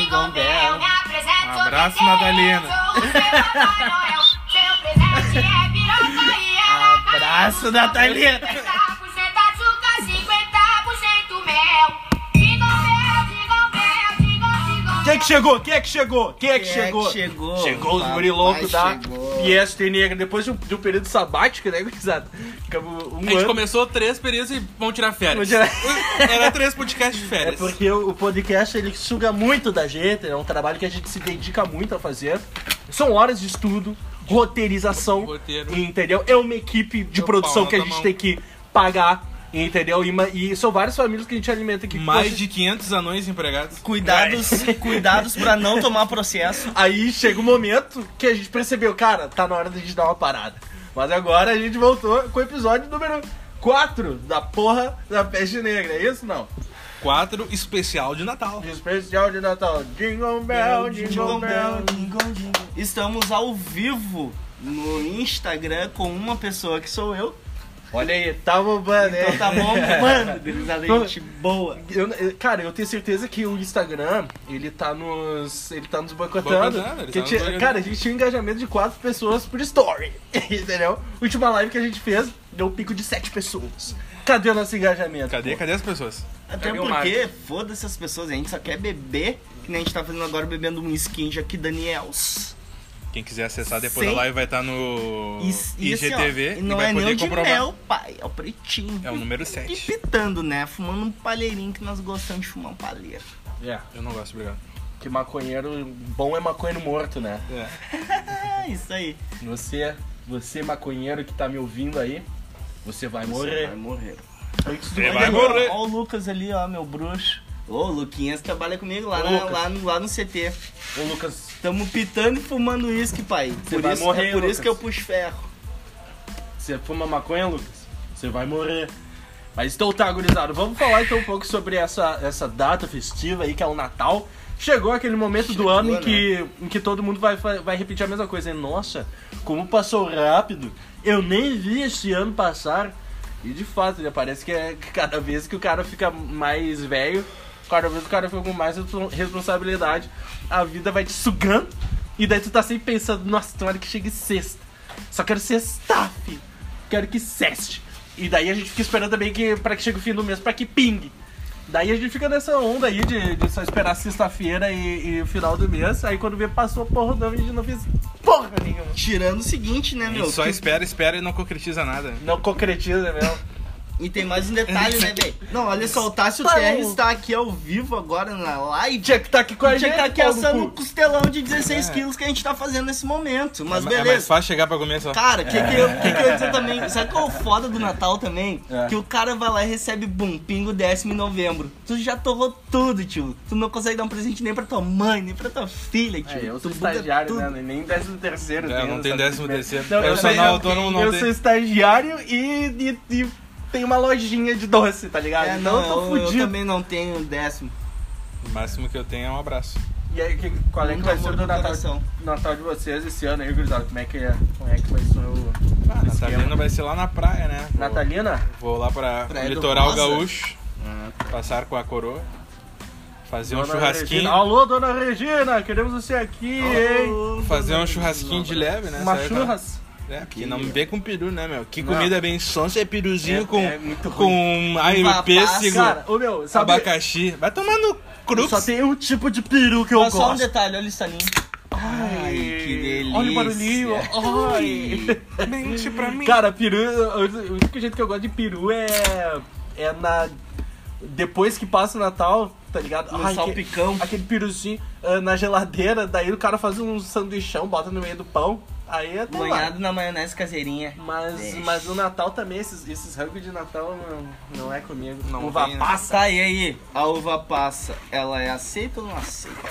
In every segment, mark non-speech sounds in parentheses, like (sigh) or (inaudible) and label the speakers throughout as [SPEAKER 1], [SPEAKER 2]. [SPEAKER 1] É
[SPEAKER 2] Um Abraço, Madalena.
[SPEAKER 1] é
[SPEAKER 3] Abraço, Natalina.
[SPEAKER 4] Quem é que chegou? Quem é que chegou? Quem é que
[SPEAKER 3] Quem é
[SPEAKER 4] chegou?
[SPEAKER 3] que chegou?
[SPEAKER 4] Chegou os
[SPEAKER 3] Papai
[SPEAKER 4] guri loucos da
[SPEAKER 3] chegou.
[SPEAKER 4] Fiesta Negra. Depois de um, de um período sabático, né, gurizada? Ficamos um
[SPEAKER 2] A gente
[SPEAKER 4] ano.
[SPEAKER 2] começou três períodos e vão tirar férias.
[SPEAKER 4] Vamos tirar-
[SPEAKER 2] Era três podcasts de
[SPEAKER 4] É
[SPEAKER 2] férias.
[SPEAKER 4] porque o o podcast ele suga muito da gente, é um trabalho que a gente se dedica muito a fazer. São horas de estudo, roteirização,
[SPEAKER 2] Roteiro.
[SPEAKER 4] entendeu? É uma equipe de
[SPEAKER 2] Meu pau
[SPEAKER 4] produção
[SPEAKER 2] na
[SPEAKER 4] que a
[SPEAKER 2] tua
[SPEAKER 4] gente
[SPEAKER 2] mão.
[SPEAKER 4] tem que pagar, entendeu? E, ma- e são várias famílias que a gente alimenta aqui.
[SPEAKER 2] Mais
[SPEAKER 4] Poxa,
[SPEAKER 2] de 500 anões empregados.
[SPEAKER 3] Cuidados,
[SPEAKER 4] É.
[SPEAKER 3] (laughs) cuidados pra não tomar processo.
[SPEAKER 4] Aí chega o momento que a gente percebeu, cara, tá na hora da gente dar uma parada. Mas agora a gente voltou com o episódio número 4 da porra da peste negra, é isso? Não.
[SPEAKER 2] Quatro especial de Natal.
[SPEAKER 4] De especial de Natal. Jingle bell, jingle bell.
[SPEAKER 3] Estamos ao vivo no Instagram com uma pessoa que sou eu.
[SPEAKER 4] Olha aí, tá bombando, hein?
[SPEAKER 3] Então tá bom,
[SPEAKER 4] (laughs)
[SPEAKER 3] mano. Gurizada, gente boa.
[SPEAKER 4] Eu- eu- cara, eu tenho certeza que o Instagram, ele tá nos. Ele tá nos boicotando.
[SPEAKER 2] Boicotando, ele
[SPEAKER 4] Que
[SPEAKER 2] tá
[SPEAKER 4] tinha-
[SPEAKER 2] nos boicotando.
[SPEAKER 4] cara, a gente tinha um engajamento de 4 pessoas por story. (laughs) Entendeu? Última live que a gente fez, deu um pico de 7 pessoas. Cadê o nosso engajamento?
[SPEAKER 2] Cadê? Cadê as pessoas?
[SPEAKER 3] Até
[SPEAKER 4] Cadê o
[SPEAKER 3] porque, foda-se as pessoas, a gente só quer beber. Que nem a gente tá fazendo agora, bebendo um skin de aqui, Daniels.
[SPEAKER 2] Quem quiser acessar depois
[SPEAKER 3] Sei.
[SPEAKER 2] da live vai estar no
[SPEAKER 3] E, e assim, ó,
[SPEAKER 2] IGTV
[SPEAKER 3] e
[SPEAKER 2] e
[SPEAKER 3] não
[SPEAKER 2] vai
[SPEAKER 3] é
[SPEAKER 2] poder
[SPEAKER 3] nem o de
[SPEAKER 2] comprovar.
[SPEAKER 3] mel, pai. É o pretinho.
[SPEAKER 2] É o número
[SPEAKER 3] E
[SPEAKER 2] 7.
[SPEAKER 3] pitando, né? Fumando um palheirinho que nós gostamos de fumar um palheiro.
[SPEAKER 4] É,
[SPEAKER 2] Eu não gosto, obrigado.
[SPEAKER 4] que maconheiro bom é maconheiro morto, né?
[SPEAKER 2] É.
[SPEAKER 3] É isso aí.
[SPEAKER 4] Você, você maconheiro que tá me ouvindo aí, você vai
[SPEAKER 3] Você
[SPEAKER 4] morrer.
[SPEAKER 3] vai morrer.
[SPEAKER 4] Antes do
[SPEAKER 2] Você vai
[SPEAKER 3] Olha,
[SPEAKER 4] maconheiro.
[SPEAKER 2] morrer.
[SPEAKER 3] Ó, ó o Lucas ali, ó, meu bruxo. Ô, o Luquinhas trabalha comigo lá,
[SPEAKER 4] Ô,
[SPEAKER 3] na-
[SPEAKER 4] Lucas.
[SPEAKER 3] lá, no- lá no CT.
[SPEAKER 4] Ô, Lucas,
[SPEAKER 3] Tamo pitando e fumando uísque, pai. Por,
[SPEAKER 4] vai
[SPEAKER 3] isso,
[SPEAKER 4] morrer,
[SPEAKER 3] é por
[SPEAKER 4] Lucas.
[SPEAKER 3] isso que eu puxo ferro.
[SPEAKER 4] Você fuma maconha, Lucas? Você vai morrer. Mas então tá, gurizada. Vamos falar então um pouco sobre essa, essa data festiva aí, que é o Natal. Chegou aquele momento do
[SPEAKER 3] Chegou,
[SPEAKER 4] ano em
[SPEAKER 3] né?
[SPEAKER 4] que, em que todo mundo vai, fa- vai repetir a mesma coisa. E, Nossa, como passou rápido. Eu nem vi esse ano passar. E de fato, né? Parece que é que cada vez que o cara fica mais velho, cada vez que o cara fica com mais respon- responsabilidade, a vida vai te sugando. E daí tu tá sempre pensando, nossa, tomara que chegue sexta. Só quero ser staff. Quero que ceste. E daí a gente fica esperando também que, pra que chegue o fim do mês, pra que pingue. Daí a gente fica nessa onda aí de, de só esperar sexta-feira e, e o final do mês. Aí quando vê, passou a porra do ano e a gente não fez porra nenhuma.
[SPEAKER 3] Tirando o seguinte, né,
[SPEAKER 2] A
[SPEAKER 3] meu?
[SPEAKER 2] gente só
[SPEAKER 3] Que-
[SPEAKER 2] espera, espera e não concretiza nada.
[SPEAKER 4] Não concretiza mesmo.
[SPEAKER 3] E tem mais um detalhe, né, velho? Não, olha só, o Tássio
[SPEAKER 4] Tá
[SPEAKER 3] Terra
[SPEAKER 4] bom.
[SPEAKER 3] está aqui ao vivo agora na live.
[SPEAKER 4] Tinha que estar aqui com a
[SPEAKER 3] Tinha
[SPEAKER 4] gente.
[SPEAKER 3] que tá aqui
[SPEAKER 4] pau no
[SPEAKER 3] assando um
[SPEAKER 4] cu.
[SPEAKER 3] costelão de 16
[SPEAKER 2] É.
[SPEAKER 3] quilos que a gente tá fazendo nesse momento. Mas
[SPEAKER 2] é, ma- é mais
[SPEAKER 3] beleza.
[SPEAKER 2] fácil chegar pra comer só.
[SPEAKER 3] Cara, o que, que, eu- que que eu ia dizer também? Sabe qual é o foda do Natal também?
[SPEAKER 4] É.
[SPEAKER 3] Que o cara vai lá e recebe, bum, pingo décimo em novembro. Tu já torrou tudo, tio. Tu não consegue dar um presente nem pra tua mãe, nem pra tua filha, tio.
[SPEAKER 4] É, eu sou
[SPEAKER 3] tu buga
[SPEAKER 4] estagiário,
[SPEAKER 3] tudo.
[SPEAKER 4] né? Nem décimo terceiro.
[SPEAKER 2] É, eu não
[SPEAKER 4] essa
[SPEAKER 2] tenho décimo
[SPEAKER 4] coisa.
[SPEAKER 2] terceiro.
[SPEAKER 4] Não, eu
[SPEAKER 2] Profissional
[SPEAKER 4] tenho-
[SPEAKER 2] autônomo não
[SPEAKER 4] Eu
[SPEAKER 2] tem.
[SPEAKER 4] sou estagiário e, e, e tem uma lojinha de doce, tá ligado?
[SPEAKER 3] É,
[SPEAKER 4] então
[SPEAKER 3] não,
[SPEAKER 4] eu
[SPEAKER 3] eu,
[SPEAKER 4] tô
[SPEAKER 3] eu
[SPEAKER 4] fudido.
[SPEAKER 3] também não tenho décimo.
[SPEAKER 2] O máximo que eu tenho é um abraço.
[SPEAKER 4] E aí, que, qual é que
[SPEAKER 3] Muito
[SPEAKER 4] vai ser
[SPEAKER 3] amor
[SPEAKER 4] o
[SPEAKER 3] no
[SPEAKER 4] Natal,
[SPEAKER 3] coração.
[SPEAKER 4] Natal de vocês esse ano aí, gurizada? Como é que é? Como é que vai ser o
[SPEAKER 2] Ah, Natalina
[SPEAKER 4] esquema?
[SPEAKER 2] vai ser lá na praia, né? Vou,
[SPEAKER 4] Natalina?
[SPEAKER 2] vou lá pra
[SPEAKER 3] Praia
[SPEAKER 2] o
[SPEAKER 3] do
[SPEAKER 2] litoral
[SPEAKER 3] Rosa.
[SPEAKER 2] gaúcho,
[SPEAKER 4] Ah, tá.
[SPEAKER 2] passar com a coroa, fazer um
[SPEAKER 4] Dona
[SPEAKER 2] churrasquinho.
[SPEAKER 4] Regina. Alô, dona Regina, queremos você aqui, hein?
[SPEAKER 2] Fazer um churrasquinho de leve, né?
[SPEAKER 4] Uma
[SPEAKER 2] Sabe,
[SPEAKER 4] churras.
[SPEAKER 2] É, porque não me vê com peru, né, meu? Que
[SPEAKER 4] Não.
[SPEAKER 2] comida bem sonsa é peruzinho
[SPEAKER 4] É,
[SPEAKER 2] com,
[SPEAKER 4] é muito
[SPEAKER 2] com ai,
[SPEAKER 3] Uva
[SPEAKER 2] pêssego,
[SPEAKER 4] Cara, ô meu, sabe?
[SPEAKER 2] abacaxi. Vai tomar no cru.
[SPEAKER 4] Só tem um tipo de peru que eu
[SPEAKER 3] Mas só um
[SPEAKER 4] gosto.
[SPEAKER 3] detalhe, olha isso ali. Ai, que delícia.
[SPEAKER 4] Olha o barulhinho, ai.
[SPEAKER 2] Mente pra mim.
[SPEAKER 4] Cara, peru, o o único jeito que eu gosto de peru é é na depois que passa o Natal, tá ligado?
[SPEAKER 3] No
[SPEAKER 4] Ai,
[SPEAKER 3] salpicão.
[SPEAKER 4] que- aquele peruzinho ah, na geladeira, daí o cara faz um sanduichão, bota no meio do pão, aí é até lá.
[SPEAKER 3] Banhado na maionese caseirinha.
[SPEAKER 4] Mas,
[SPEAKER 3] Deixa.
[SPEAKER 4] mas o Natal também, esses, esses rugby de Natal não, não é comigo.
[SPEAKER 2] Não
[SPEAKER 4] uva
[SPEAKER 2] tem, né?
[SPEAKER 4] passa.
[SPEAKER 3] Tá, e aí? A uva passa, ela é aceita ou não aceita?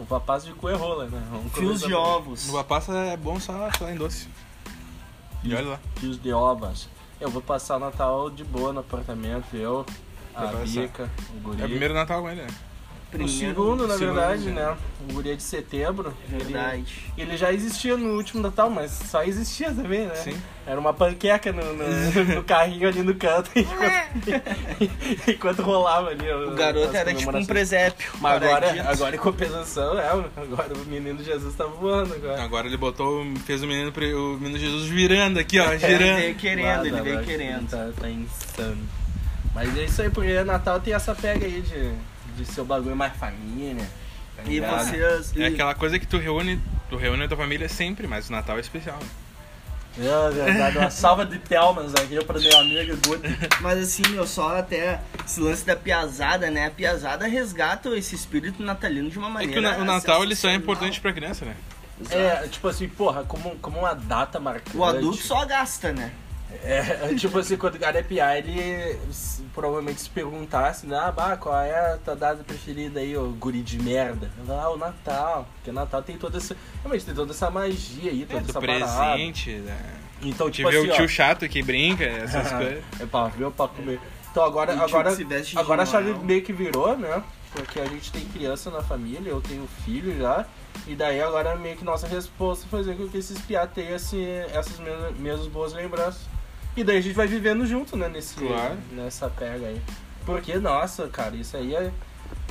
[SPEAKER 4] Uva passa de coerrola, né? Vamos comer
[SPEAKER 3] Fios de
[SPEAKER 4] também.
[SPEAKER 3] ovos.
[SPEAKER 2] Uva passa é bom só, só em doce. E olha lá.
[SPEAKER 4] Fios de ovas. Eu vou passar o Natal de boa no apartamento, eu, a
[SPEAKER 2] Vai passar.
[SPEAKER 4] Bica, o
[SPEAKER 2] É o
[SPEAKER 4] guri.
[SPEAKER 2] primeiro Natal com ele, né?
[SPEAKER 4] O
[SPEAKER 3] Primeiro,
[SPEAKER 4] segundo, na
[SPEAKER 2] segundo,
[SPEAKER 4] verdade,
[SPEAKER 2] né?
[SPEAKER 4] né? O Guri é de setembro. Ele-
[SPEAKER 3] Verdade.
[SPEAKER 4] Ele, já existia no último Natal, mas só existia também, né?
[SPEAKER 2] Sim.
[SPEAKER 4] Era uma panqueca no, no-
[SPEAKER 2] (laughs)
[SPEAKER 4] no carrinho ali no canto (laughs) enquanto, enquanto rolava ali.
[SPEAKER 3] O garoto era tipo um presépio.
[SPEAKER 4] Mas agora,
[SPEAKER 3] paradito.
[SPEAKER 4] agora em compensação, é, agora o menino Jesus tá voando agora.
[SPEAKER 2] Agora ele botou, fez o menino, pre- o menino Jesus virando aqui, ó,
[SPEAKER 3] É, Ele
[SPEAKER 2] girando.
[SPEAKER 3] veio querendo,
[SPEAKER 4] Nada,
[SPEAKER 3] ele
[SPEAKER 2] né?
[SPEAKER 3] veio
[SPEAKER 4] agora
[SPEAKER 3] querendo.
[SPEAKER 4] Tá, tá insano. Mas é isso aí, porque Natal tem essa pega aí de, de ser o bagulho mais família. tá
[SPEAKER 3] E
[SPEAKER 4] ligado?
[SPEAKER 3] vocês.
[SPEAKER 2] É aquela coisa que tu reúne, tu reúne a tua família sempre, mas o Natal é especial.
[SPEAKER 4] É verdade, uma salva de Thelmas aqui pra meu amigo Guto.
[SPEAKER 3] Mas assim, meu, só até esse lance da piazada, né? A piazada resgata esse espírito natalino de uma
[SPEAKER 2] É
[SPEAKER 3] maneira.
[SPEAKER 2] que o, na- o Natal ele só é
[SPEAKER 3] sensacional.
[SPEAKER 2] importante pra criança, né?
[SPEAKER 3] Exato.
[SPEAKER 4] É, tipo assim, porra, como, como uma data marcante.
[SPEAKER 3] O adulto só gasta, né?
[SPEAKER 4] É, (laughs) tipo assim, quando o cara é piá, ele se- provavelmente se perguntasse, né? Ah, bah, qual é a tua data preferida aí, ô guri de merda? Ah, o Natal. Porque Natal tem toda essa. Realmente tem toda essa magia aí, toda
[SPEAKER 2] do
[SPEAKER 4] É, essa parada.
[SPEAKER 2] presente, né?
[SPEAKER 4] Então,
[SPEAKER 2] Te
[SPEAKER 4] tipo
[SPEAKER 2] vê
[SPEAKER 4] assim,
[SPEAKER 2] o
[SPEAKER 4] ó,
[SPEAKER 2] tio chato que brinca, essas coisas.
[SPEAKER 4] É pra ver ou pra comer. Então agora,
[SPEAKER 3] O tio
[SPEAKER 4] agora,
[SPEAKER 3] que tipo, se veste de
[SPEAKER 4] agora a chave
[SPEAKER 3] Noel.
[SPEAKER 4] meio que virou, né? Porque a gente tem criança na família, eu tenho filho já. E daí agora meio que nossa resposta é fazer com que esses piá tenham esse, essas mesmas, mesmas boas lembranças. E daí a gente vai vivendo junto, né? Nesse,
[SPEAKER 2] Claro.
[SPEAKER 4] Nessa pega aí. Porque, nossa, cara, isso aí é.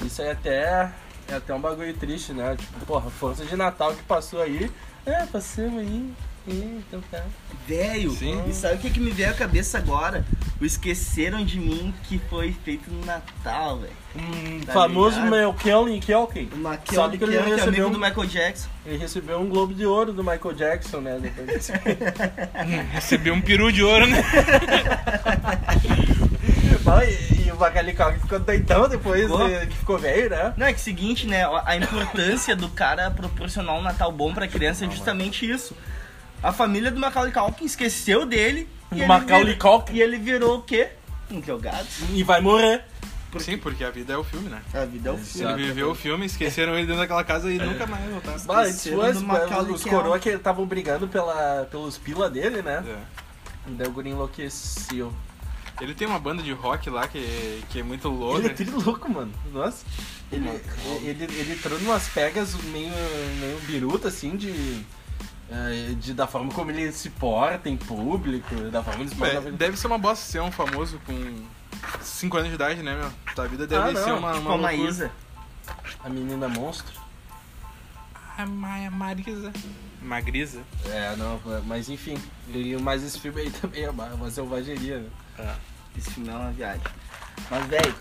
[SPEAKER 4] Isso aí até. É até um bagulho triste, né? Tipo, porra, a força de Natal que passou aí. É, passamos aí. Ih, Então tá.
[SPEAKER 3] Velho,
[SPEAKER 2] Sim.
[SPEAKER 3] e sabe o que, que me veio à cabeça agora? O Esqueceram de Mim que foi feito no Natal, velho.
[SPEAKER 4] Hum,
[SPEAKER 3] Tá
[SPEAKER 4] famoso
[SPEAKER 3] ligado?
[SPEAKER 4] Mel Kelly é Kelkin.
[SPEAKER 3] O Maquel,
[SPEAKER 4] Sabe que ele
[SPEAKER 3] que é
[SPEAKER 4] recebeu
[SPEAKER 3] amigo
[SPEAKER 4] um-
[SPEAKER 3] do Michael Jackson.
[SPEAKER 4] Ele recebeu um Globo de Ouro do Michael Jackson,
[SPEAKER 3] (laughs)
[SPEAKER 4] né? Depois.
[SPEAKER 2] Recebeu um peru de ouro, né?
[SPEAKER 4] e, e o Macaulay Culkin ficou doidão depois
[SPEAKER 3] Ficou?
[SPEAKER 4] eh, que ficou velho, né?
[SPEAKER 3] Não, é que seguinte, né? A importância do cara proporcionar um Natal bom pra criança é justamente isso. A família do Macaulay Culkin esqueceu dele. e ele
[SPEAKER 4] Macaulay
[SPEAKER 3] vir-
[SPEAKER 4] Culkin.
[SPEAKER 3] E ele virou o quê? Um jogado.
[SPEAKER 4] E vai morrer.
[SPEAKER 2] Sim, porque a vida é o filme, né?
[SPEAKER 3] A vida é um filme.
[SPEAKER 2] Ele viveu o filme, esqueceram ele dentro daquela casa
[SPEAKER 4] É.
[SPEAKER 2] e nunca mais voltaram.
[SPEAKER 4] Bah, isso foi,
[SPEAKER 3] do Macaulay
[SPEAKER 4] é tipo, os
[SPEAKER 3] Culkin.
[SPEAKER 4] coroa que estavam brigando pela, pelos pila dele, né?
[SPEAKER 2] É.
[SPEAKER 4] E daí o guri enlouqueceu.
[SPEAKER 2] Ele tem uma banda de rock lá que, que é muito louca.
[SPEAKER 4] Ele é tudo louco, mano. Nossa. Ele, ele, ele entrou numas pegas meio, meio biruta, assim, de, eh, de. Da forma como ele se porta em público, da forma como ele se porta.
[SPEAKER 2] É, deve ser uma bosta ser um famoso com 5 anos de idade, né, meu? Tua vida deve
[SPEAKER 4] Ah, não.
[SPEAKER 2] ser uma,
[SPEAKER 3] Tipo a
[SPEAKER 2] uma loucura.
[SPEAKER 3] Maísa.
[SPEAKER 4] A menina monstro.
[SPEAKER 2] A Maia Marisa. Magrisa.
[SPEAKER 4] É, não, mas enfim. E, mas esse filme aí (laughs) também é uma uma selvageria, né?
[SPEAKER 3] Esse filme é uma viagem. Mas, velho.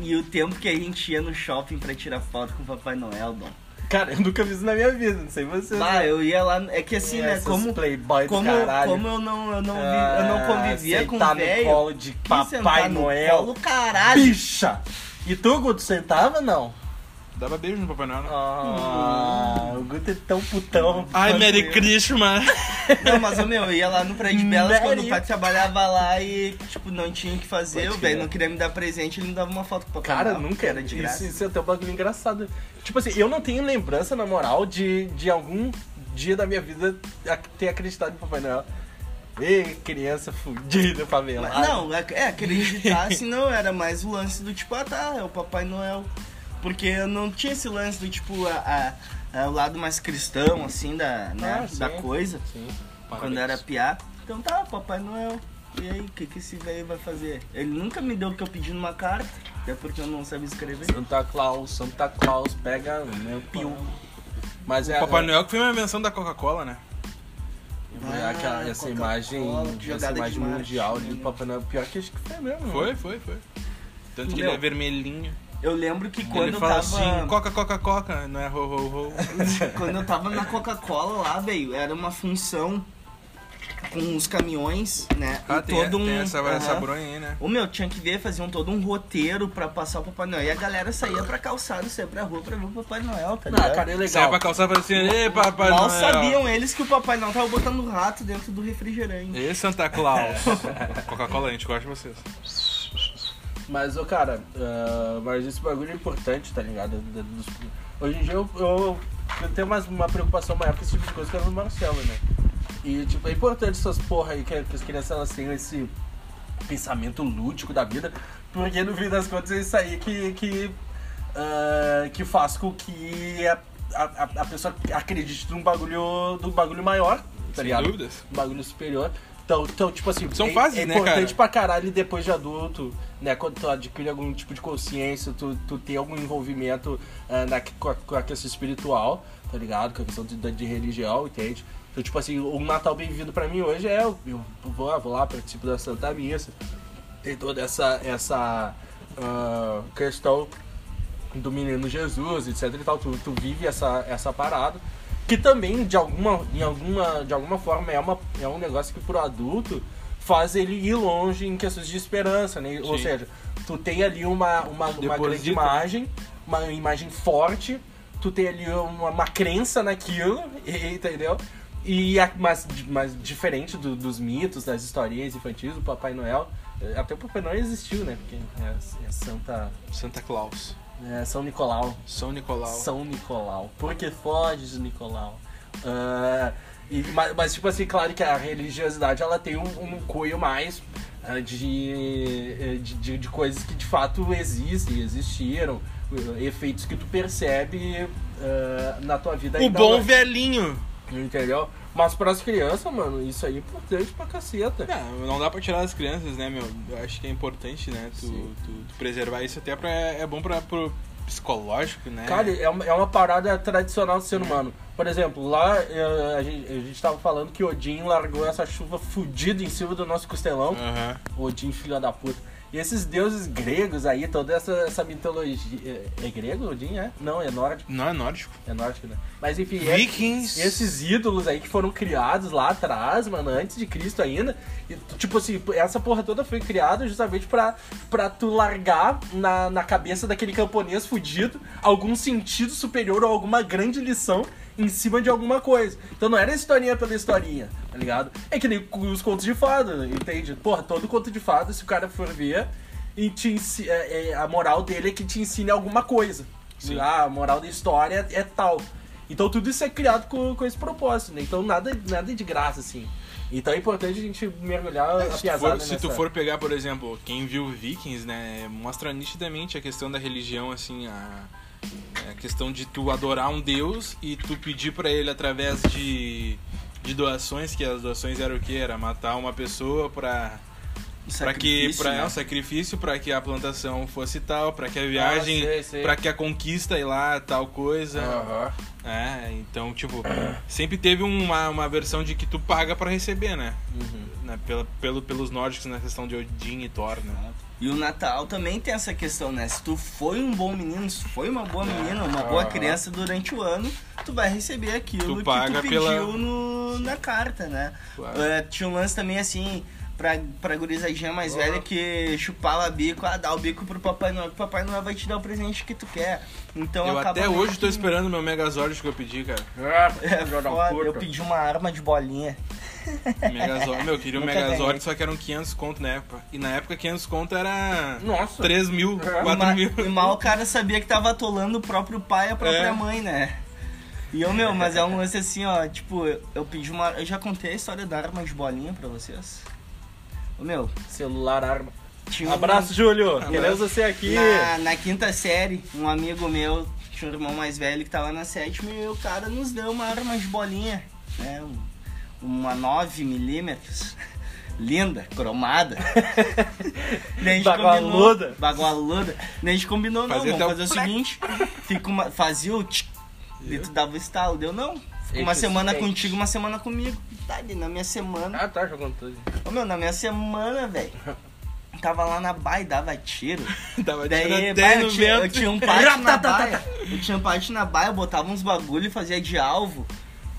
[SPEAKER 3] E o tempo que a gente ia no shopping pra tirar foto com o Papai Noel, Dom.
[SPEAKER 4] Cara, eu nunca vi isso na minha vida, não sei vocês.
[SPEAKER 3] Bah,
[SPEAKER 4] né?
[SPEAKER 3] eu ia lá. É que assim, né?
[SPEAKER 4] Esses
[SPEAKER 3] Como,
[SPEAKER 4] playboy do
[SPEAKER 3] como,
[SPEAKER 4] caralho. Ah,
[SPEAKER 3] como eu não, eu não, vi- eu não convivia com o
[SPEAKER 4] sentar no
[SPEAKER 3] velho.
[SPEAKER 4] colo de
[SPEAKER 3] que
[SPEAKER 4] Papai
[SPEAKER 3] sentar no
[SPEAKER 4] Noel.
[SPEAKER 3] Colo, caralho.
[SPEAKER 4] Bicha! E tu, Guto, sentava não?
[SPEAKER 2] Dava beijo no Papai Noel, né?
[SPEAKER 4] Ah, o Guto é tão putão.
[SPEAKER 2] Ai, Merry Christmas!
[SPEAKER 3] Não, mas, ô, meu, eu ia lá no Prédio Belas quando
[SPEAKER 4] Merry-
[SPEAKER 3] o pai trabalhava lá e, tipo, não tinha o que fazer.
[SPEAKER 4] Pode
[SPEAKER 3] O velho
[SPEAKER 4] crer.
[SPEAKER 3] não queria me dar presente, ele me dava uma foto com o Papai
[SPEAKER 4] Cara,
[SPEAKER 3] Noel,
[SPEAKER 4] nunca
[SPEAKER 3] que
[SPEAKER 4] era
[SPEAKER 3] era de
[SPEAKER 4] de
[SPEAKER 3] graça.
[SPEAKER 4] isso, isso é até um bagulho engraçado. Tipo assim, eu não tenho lembrança, na moral, de, de algum dia da minha vida ac- ter acreditado em Papai Noel. Ei, criança fudida, favela.
[SPEAKER 3] Mas, não, é, é, acreditar
[SPEAKER 4] (laughs)
[SPEAKER 3] assim não era mais o lance do tipo, ah tá, é o Papai Noel. Porque eu não tinha esse lance do tipo, a, a- a- o lado mais cristão, assim, da, né,
[SPEAKER 4] Ah,
[SPEAKER 3] da
[SPEAKER 4] sim.
[SPEAKER 3] coisa,
[SPEAKER 4] Sim.
[SPEAKER 3] quando era piá. Então tá, Papai Noel. E aí, o que, que esse velho vai fazer? Ele nunca me deu o que eu pedi numa carta, até porque eu não sabia escrever.
[SPEAKER 4] Santa Claus, Santa Claus, pega meu piu. Mas
[SPEAKER 2] (laughs)
[SPEAKER 4] é
[SPEAKER 2] Papai Noel que foi uma invenção da Coca-Cola, né?
[SPEAKER 4] é aquela-
[SPEAKER 3] Ah,
[SPEAKER 4] essa
[SPEAKER 3] Coca-Cola,
[SPEAKER 4] imagem, essa
[SPEAKER 3] jogada de
[SPEAKER 4] imagem
[SPEAKER 3] marketing,
[SPEAKER 4] mundial
[SPEAKER 3] né?
[SPEAKER 4] de Papai Noel. Pior que acho que foi mesmo.
[SPEAKER 2] Foi, foi, foi. Tanto que ele
[SPEAKER 3] Meu.
[SPEAKER 2] é vermelhinho.
[SPEAKER 3] Eu lembro que quando
[SPEAKER 2] ele
[SPEAKER 3] eu
[SPEAKER 2] fala
[SPEAKER 3] tava.
[SPEAKER 2] assim, coca, coca, coca, não é ho, ho, ho.
[SPEAKER 3] (laughs) Quando eu tava na Coca-Cola lá, velho, era uma função com os caminhões, né?
[SPEAKER 2] Ah,
[SPEAKER 3] e
[SPEAKER 2] tem,
[SPEAKER 3] todo um.
[SPEAKER 2] tem essa, essa
[SPEAKER 3] Aham.
[SPEAKER 2] bronha aí, né?
[SPEAKER 3] Ô meu, tinha que ver, faziam todo um roteiro pra passar o Papai Noel. E a galera saía pra calçada, saía pra rua pra ver o Papai Noel, tá ligado?
[SPEAKER 4] Ah, cara, é
[SPEAKER 2] Sai
[SPEAKER 4] legal.
[SPEAKER 2] pra calçar e fala assim, ei, Papai
[SPEAKER 3] Mal
[SPEAKER 2] Noel.
[SPEAKER 3] sabiam eles que o Papai Noel tava botando rato dentro do refrigerante.
[SPEAKER 2] Ei, Santa Claus. Coca-Cola, a gente gosta de vocês.
[SPEAKER 4] Mas, ô, cara, ah, mas esse bagulho é importante, tá ligado? Do- do- dos- Hoje em dia eu, eu, eu tenho mais uma preocupação maior com esse tipo de coisa que era no Marcelo, né? E, tipo, é importante essas porra aí, que, que as crianças elas tenham esse pensamento lúdico da vida, porque no fim das contas é isso aí que, que ah, que faz com que a, a, a pessoa acredite num bagulho, do bagulho maior, tá
[SPEAKER 2] Sem
[SPEAKER 4] ligado?
[SPEAKER 2] dúvidas.
[SPEAKER 4] Um bagulho superior. Então, então, tipo assim,
[SPEAKER 2] São
[SPEAKER 4] é,
[SPEAKER 2] fases,
[SPEAKER 4] é
[SPEAKER 2] né,
[SPEAKER 4] importante
[SPEAKER 2] cara?
[SPEAKER 4] pra caralho depois de adulto, né? Quando tu adquire algum tipo de consciência, tu, tu ter algum envolvimento ah, na, com, a, com a questão espiritual, tá ligado? Com a questão de, da- de religião, entende? Então, tipo assim, o Natal bem-vindo pra mim hoje é eu, eu vou, ah, vou lá, participo da Santa Missa. Tem toda essa, essa ah, questão do menino Jesus, etc e tal, tu, tu vive essa, essa parada. Que também, de alguma, em alguma, de alguma forma, é, uma, é um negócio que pro adulto faz ele ir longe em questões de esperança, né? Ou
[SPEAKER 2] Sim.
[SPEAKER 4] seja, tu tem ali uma, uma, uma grande
[SPEAKER 2] Deposita.
[SPEAKER 4] imagem, uma imagem forte, tu tem ali uma, uma crença naquilo, (laughs) entendeu? E a, mas, mas diferente do- dos mitos, das historinhas infantis, do Papai Noel, eh, até o Papai Noel existiu, né? Porque é, é Santa.
[SPEAKER 2] Santa Claus.
[SPEAKER 4] É São Nicolau.
[SPEAKER 2] São Nicolau.
[SPEAKER 4] São Nicolau. Por que foges, Nicolau? Ah, e- mas, mas, tipo assim, claro que a religiosidade ela tem um, um cunho mais ah, de, eh, de, de- de coisas que de fato existem, existiram, eh, efeitos que tu percebe ah, na tua vida.
[SPEAKER 2] O
[SPEAKER 4] ainda
[SPEAKER 2] bom
[SPEAKER 4] hoje,
[SPEAKER 2] velhinho.
[SPEAKER 4] Entendeu? Mas pras crianças, mano, isso aí é importante pra caceta.
[SPEAKER 2] Não, É, não dá pra tirar das crianças, né, meu? Eu acho que é importante, né, tu,
[SPEAKER 4] Sim.
[SPEAKER 2] tu- tu preservar isso até pra... É bom pra, pro psicológico, né?
[SPEAKER 4] Cara, é uma, é uma parada tradicional do ser humano. Por exemplo, lá eh, a gente, a gente tava falando que Odin largou essa chuva fudida em cima do nosso costelão.
[SPEAKER 2] Aham.
[SPEAKER 4] Odin, filho da puta. E esses deuses gregos aí, toda essa, essa mitologia. É, é grego, Odin? É? Não, é nórdico.
[SPEAKER 2] Não é nórdico.
[SPEAKER 4] É nórdico, né? Mas enfim, é-
[SPEAKER 2] Vikings.
[SPEAKER 4] esses ídolos aí que foram criados lá atrás, mano, antes de Cristo ainda. E, tipo assim, essa porra toda foi criada justamente pra, pra tu largar na, na cabeça daquele camponês fudido algum sentido superior ou alguma grande lição em cima de alguma coisa. Então não era historinha pela historinha, tá ligado? É que nem os contos de fada, entende? Porra, todo conto de fada, se o cara for ver, e te ensi- é- é- a moral dele é que te ensine alguma coisa.
[SPEAKER 2] Sim.
[SPEAKER 4] Ah, a moral da história é tal. Então tudo isso é criado com, com esse propósito, né? Então nada, nada de graça, assim. Então é importante a gente
[SPEAKER 3] É,
[SPEAKER 4] mergulhar a
[SPEAKER 2] Se tu, for,
[SPEAKER 4] piazada
[SPEAKER 2] se tu
[SPEAKER 4] nessa-
[SPEAKER 2] for pegar, por exemplo, quem viu Vikings, né, mostra nitidamente a questão da religião, assim, a, é, a questão de tu adorar um deus e tu pedir pra ele através de, de doações, que as doações eram o quê? Era matar uma pessoa pra, pra que
[SPEAKER 3] Sacrifício,
[SPEAKER 2] para
[SPEAKER 3] né? Ah,
[SPEAKER 2] um sacrifício para que a plantação fosse tal, pra que a viagem,
[SPEAKER 4] sei, sei.
[SPEAKER 2] pra que a conquista e lá tal
[SPEAKER 3] né?
[SPEAKER 2] coisa.
[SPEAKER 3] Ah.
[SPEAKER 4] Aham.
[SPEAKER 2] É, então, tipo, sempre teve uma, uma versão de que tu paga pra receber, né?
[SPEAKER 3] Uhum.
[SPEAKER 2] né, pela, pelo, pelos nórdicos na questão de Odin e Thor, né?
[SPEAKER 3] E o Natal também tem essa questão, né? Se tu foi um bom menino, se tu foi uma boa menina, uma boa
[SPEAKER 4] Aham.
[SPEAKER 3] criança durante o ano, tu vai receber
[SPEAKER 2] Tu
[SPEAKER 3] aquilo que
[SPEAKER 2] paga
[SPEAKER 3] tu pediu
[SPEAKER 2] pela-
[SPEAKER 3] no, na carta, né?
[SPEAKER 2] Claro.
[SPEAKER 3] Eh, tinha um lance também assim, pra, pra gurizadinha mais velha que chupava bico, ah, dá o bico pro Papai Noel, que o Papai Noel vai te dar o presente que tu quer. Então
[SPEAKER 2] eu
[SPEAKER 3] acaba
[SPEAKER 2] até hoje
[SPEAKER 3] que-
[SPEAKER 2] tô um esperando o meu Megazord que eu pedi, cara.
[SPEAKER 3] (laughs)
[SPEAKER 4] (laughs)
[SPEAKER 3] É,
[SPEAKER 4] Filho da
[SPEAKER 3] foda, eu
[SPEAKER 4] puta.
[SPEAKER 3] pedi uma arma de bolinha.
[SPEAKER 2] Megazord, meu, eu queria um
[SPEAKER 3] Nunca ganhei.
[SPEAKER 2] Megazord, só que eram 500 conto na época. E na época 500 conto era
[SPEAKER 4] Nossa.
[SPEAKER 2] 3 mil,
[SPEAKER 4] É.
[SPEAKER 2] 4 mil.
[SPEAKER 3] E mal o cara sabia que tava atolando o próprio pai e a própria
[SPEAKER 2] É.
[SPEAKER 3] mãe, né? E eu, meu, mas é um lance assim, ó, tipo, eu, eu pedi uma. Eu já contei a história da arma de bolinha pra vocês. Ô, meu,
[SPEAKER 4] Celular arma.
[SPEAKER 3] tinha um-
[SPEAKER 4] Abraço, Júlio.
[SPEAKER 2] Abraço.
[SPEAKER 4] Queremos você aqui.
[SPEAKER 3] Na, na quinta série, um amigo meu, tinha um irmão mais velho que tava na sétima, e o cara nos deu uma arma de bolinha, né? um- uma 9 milímetros. (laughs) Linda,
[SPEAKER 2] (laughs)
[SPEAKER 3] cromada. Daí a gente
[SPEAKER 4] Bagualuda.
[SPEAKER 3] combinou- Bagualuda. Daí a gente combinou, não,
[SPEAKER 2] Fazia
[SPEAKER 3] vamos
[SPEAKER 2] até
[SPEAKER 3] fazer
[SPEAKER 2] o
[SPEAKER 3] o seguinte. Fica uma, fazia o tch, e tu dava o estalo, deu não. Fica uma
[SPEAKER 4] Eficiente.
[SPEAKER 3] semana contigo, uma semana comigo. Tá ali, na minha semana.
[SPEAKER 4] Ah, tá jogando tudo.
[SPEAKER 3] Ô meu, na minha semana, velho. Tava lá na baia e dava tiro.
[SPEAKER 2] (laughs) Tava tirando
[SPEAKER 3] Daí,
[SPEAKER 2] até
[SPEAKER 3] bah, eu,
[SPEAKER 2] no
[SPEAKER 3] tinha, eu
[SPEAKER 2] vento.
[SPEAKER 3] tinha um pátio
[SPEAKER 4] tá,
[SPEAKER 3] na baia. Eu tinha um pátio na baia, eu botava uns bagulho e fazia de alvo.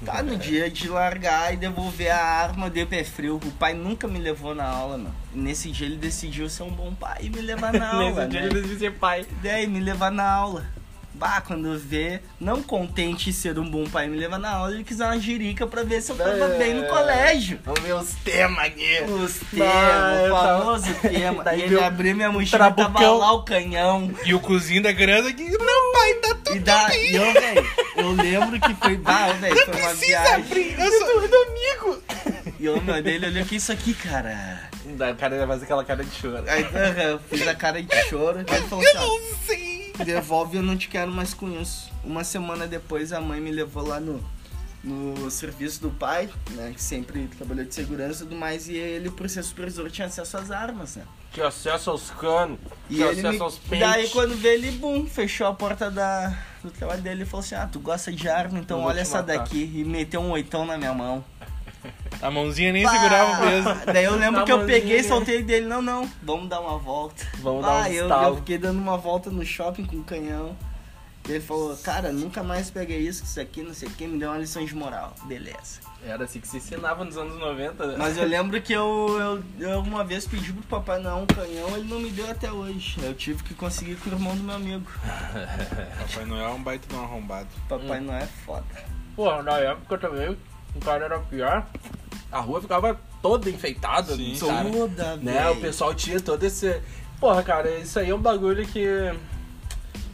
[SPEAKER 3] Tá
[SPEAKER 4] É.
[SPEAKER 3] no dia de largar e devolver a arma, deu pé frio. O pai nunca me levou na aula, não. Nesse dia ele decidiu ser um bom pai e me levar
[SPEAKER 4] (laughs)
[SPEAKER 3] na aula.
[SPEAKER 4] Nesse dia
[SPEAKER 3] né?
[SPEAKER 4] eles dizem pai.
[SPEAKER 3] Daí me levar na aula. Bah, quando vê, não contente em ser um bom pai e me levar na aula, ele quis dar uma jirica pra ver se eu tava
[SPEAKER 4] É.
[SPEAKER 3] bem no colégio.
[SPEAKER 4] Vamos ver os temas aqui.
[SPEAKER 3] Os
[SPEAKER 4] Ah,
[SPEAKER 3] temas,
[SPEAKER 4] eu
[SPEAKER 3] o
[SPEAKER 4] tava-
[SPEAKER 3] famoso tema.
[SPEAKER 4] (laughs) Daí
[SPEAKER 3] E ele
[SPEAKER 4] meu
[SPEAKER 3] abriu minha mochila e tava
[SPEAKER 4] trabucão.
[SPEAKER 3] lá o canhão.
[SPEAKER 2] E o cozinho da criança que. Não, pai, tá tudo.
[SPEAKER 3] E da, e eu, velho, eu lembro que foi bah, velho, foi uma
[SPEAKER 2] Precisa
[SPEAKER 3] viagem.
[SPEAKER 2] abrir. Eu sou domingo.
[SPEAKER 3] E eu, meu, dele, olhou que isso aqui, cara.
[SPEAKER 4] Daí O cara faz aquela cara de choro.
[SPEAKER 3] Aí, aham, eu fiz a cara de choro. Ele falou assim, ó,
[SPEAKER 2] sei.
[SPEAKER 3] devolve, eu não te quero mais com isso. Uma semana depois a mãe me levou lá no, no serviço do pai, né? Que sempre trabalhou de segurança e tudo mais, e ele, por ser supervisor, tinha acesso às armas, né?
[SPEAKER 4] Que acesso aos canos,
[SPEAKER 3] E
[SPEAKER 4] que
[SPEAKER 3] ele
[SPEAKER 4] acesso
[SPEAKER 3] me-
[SPEAKER 4] aos pentes.
[SPEAKER 3] Daí quando vê ele, bum, fechou a porta da... do trabalho dele e falou assim, ah, tu gosta de arma, então
[SPEAKER 4] Eu vou
[SPEAKER 3] olha
[SPEAKER 4] te
[SPEAKER 3] essa
[SPEAKER 4] matar."
[SPEAKER 3] daqui. E meteu um oitão na minha mão.
[SPEAKER 2] A mãozinha nem
[SPEAKER 3] Pá!
[SPEAKER 2] segurava mesmo.
[SPEAKER 3] (laughs) Daí eu lembro
[SPEAKER 4] Dá
[SPEAKER 3] que eu
[SPEAKER 4] uma
[SPEAKER 3] peguei e
[SPEAKER 4] olhadinha.
[SPEAKER 3] soltei dele, não, não, vamos dar uma volta.
[SPEAKER 4] Vamos
[SPEAKER 3] Pá,
[SPEAKER 4] dar um
[SPEAKER 3] Ah, eu,
[SPEAKER 4] estalo.
[SPEAKER 3] eu fiquei dando uma volta no shopping com o canhão. Ele falou, cara, nunca mais peguei isso, isso aqui, não sei o que, me deu uma lição de moral. Beleza.
[SPEAKER 4] Era assim que se ensinava nos anos 90. né?
[SPEAKER 3] Mas eu lembro que eu, eu, eu uma vez pedi pro papai não um canhão, ele não me deu até hoje. Eu tive que conseguir com o irmão do meu amigo.
[SPEAKER 2] Papai Noel é um baita de um arrombado.
[SPEAKER 4] Hum.
[SPEAKER 3] Papai não é foda.
[SPEAKER 4] Porra, na época também, o cara era pior. A rua ficava toda enfeitada,
[SPEAKER 2] Sim,
[SPEAKER 4] cara.
[SPEAKER 3] Toda,
[SPEAKER 4] né?
[SPEAKER 3] velho.
[SPEAKER 4] O pessoal tinha todo esse. Porra, cara, isso aí é um bagulho que.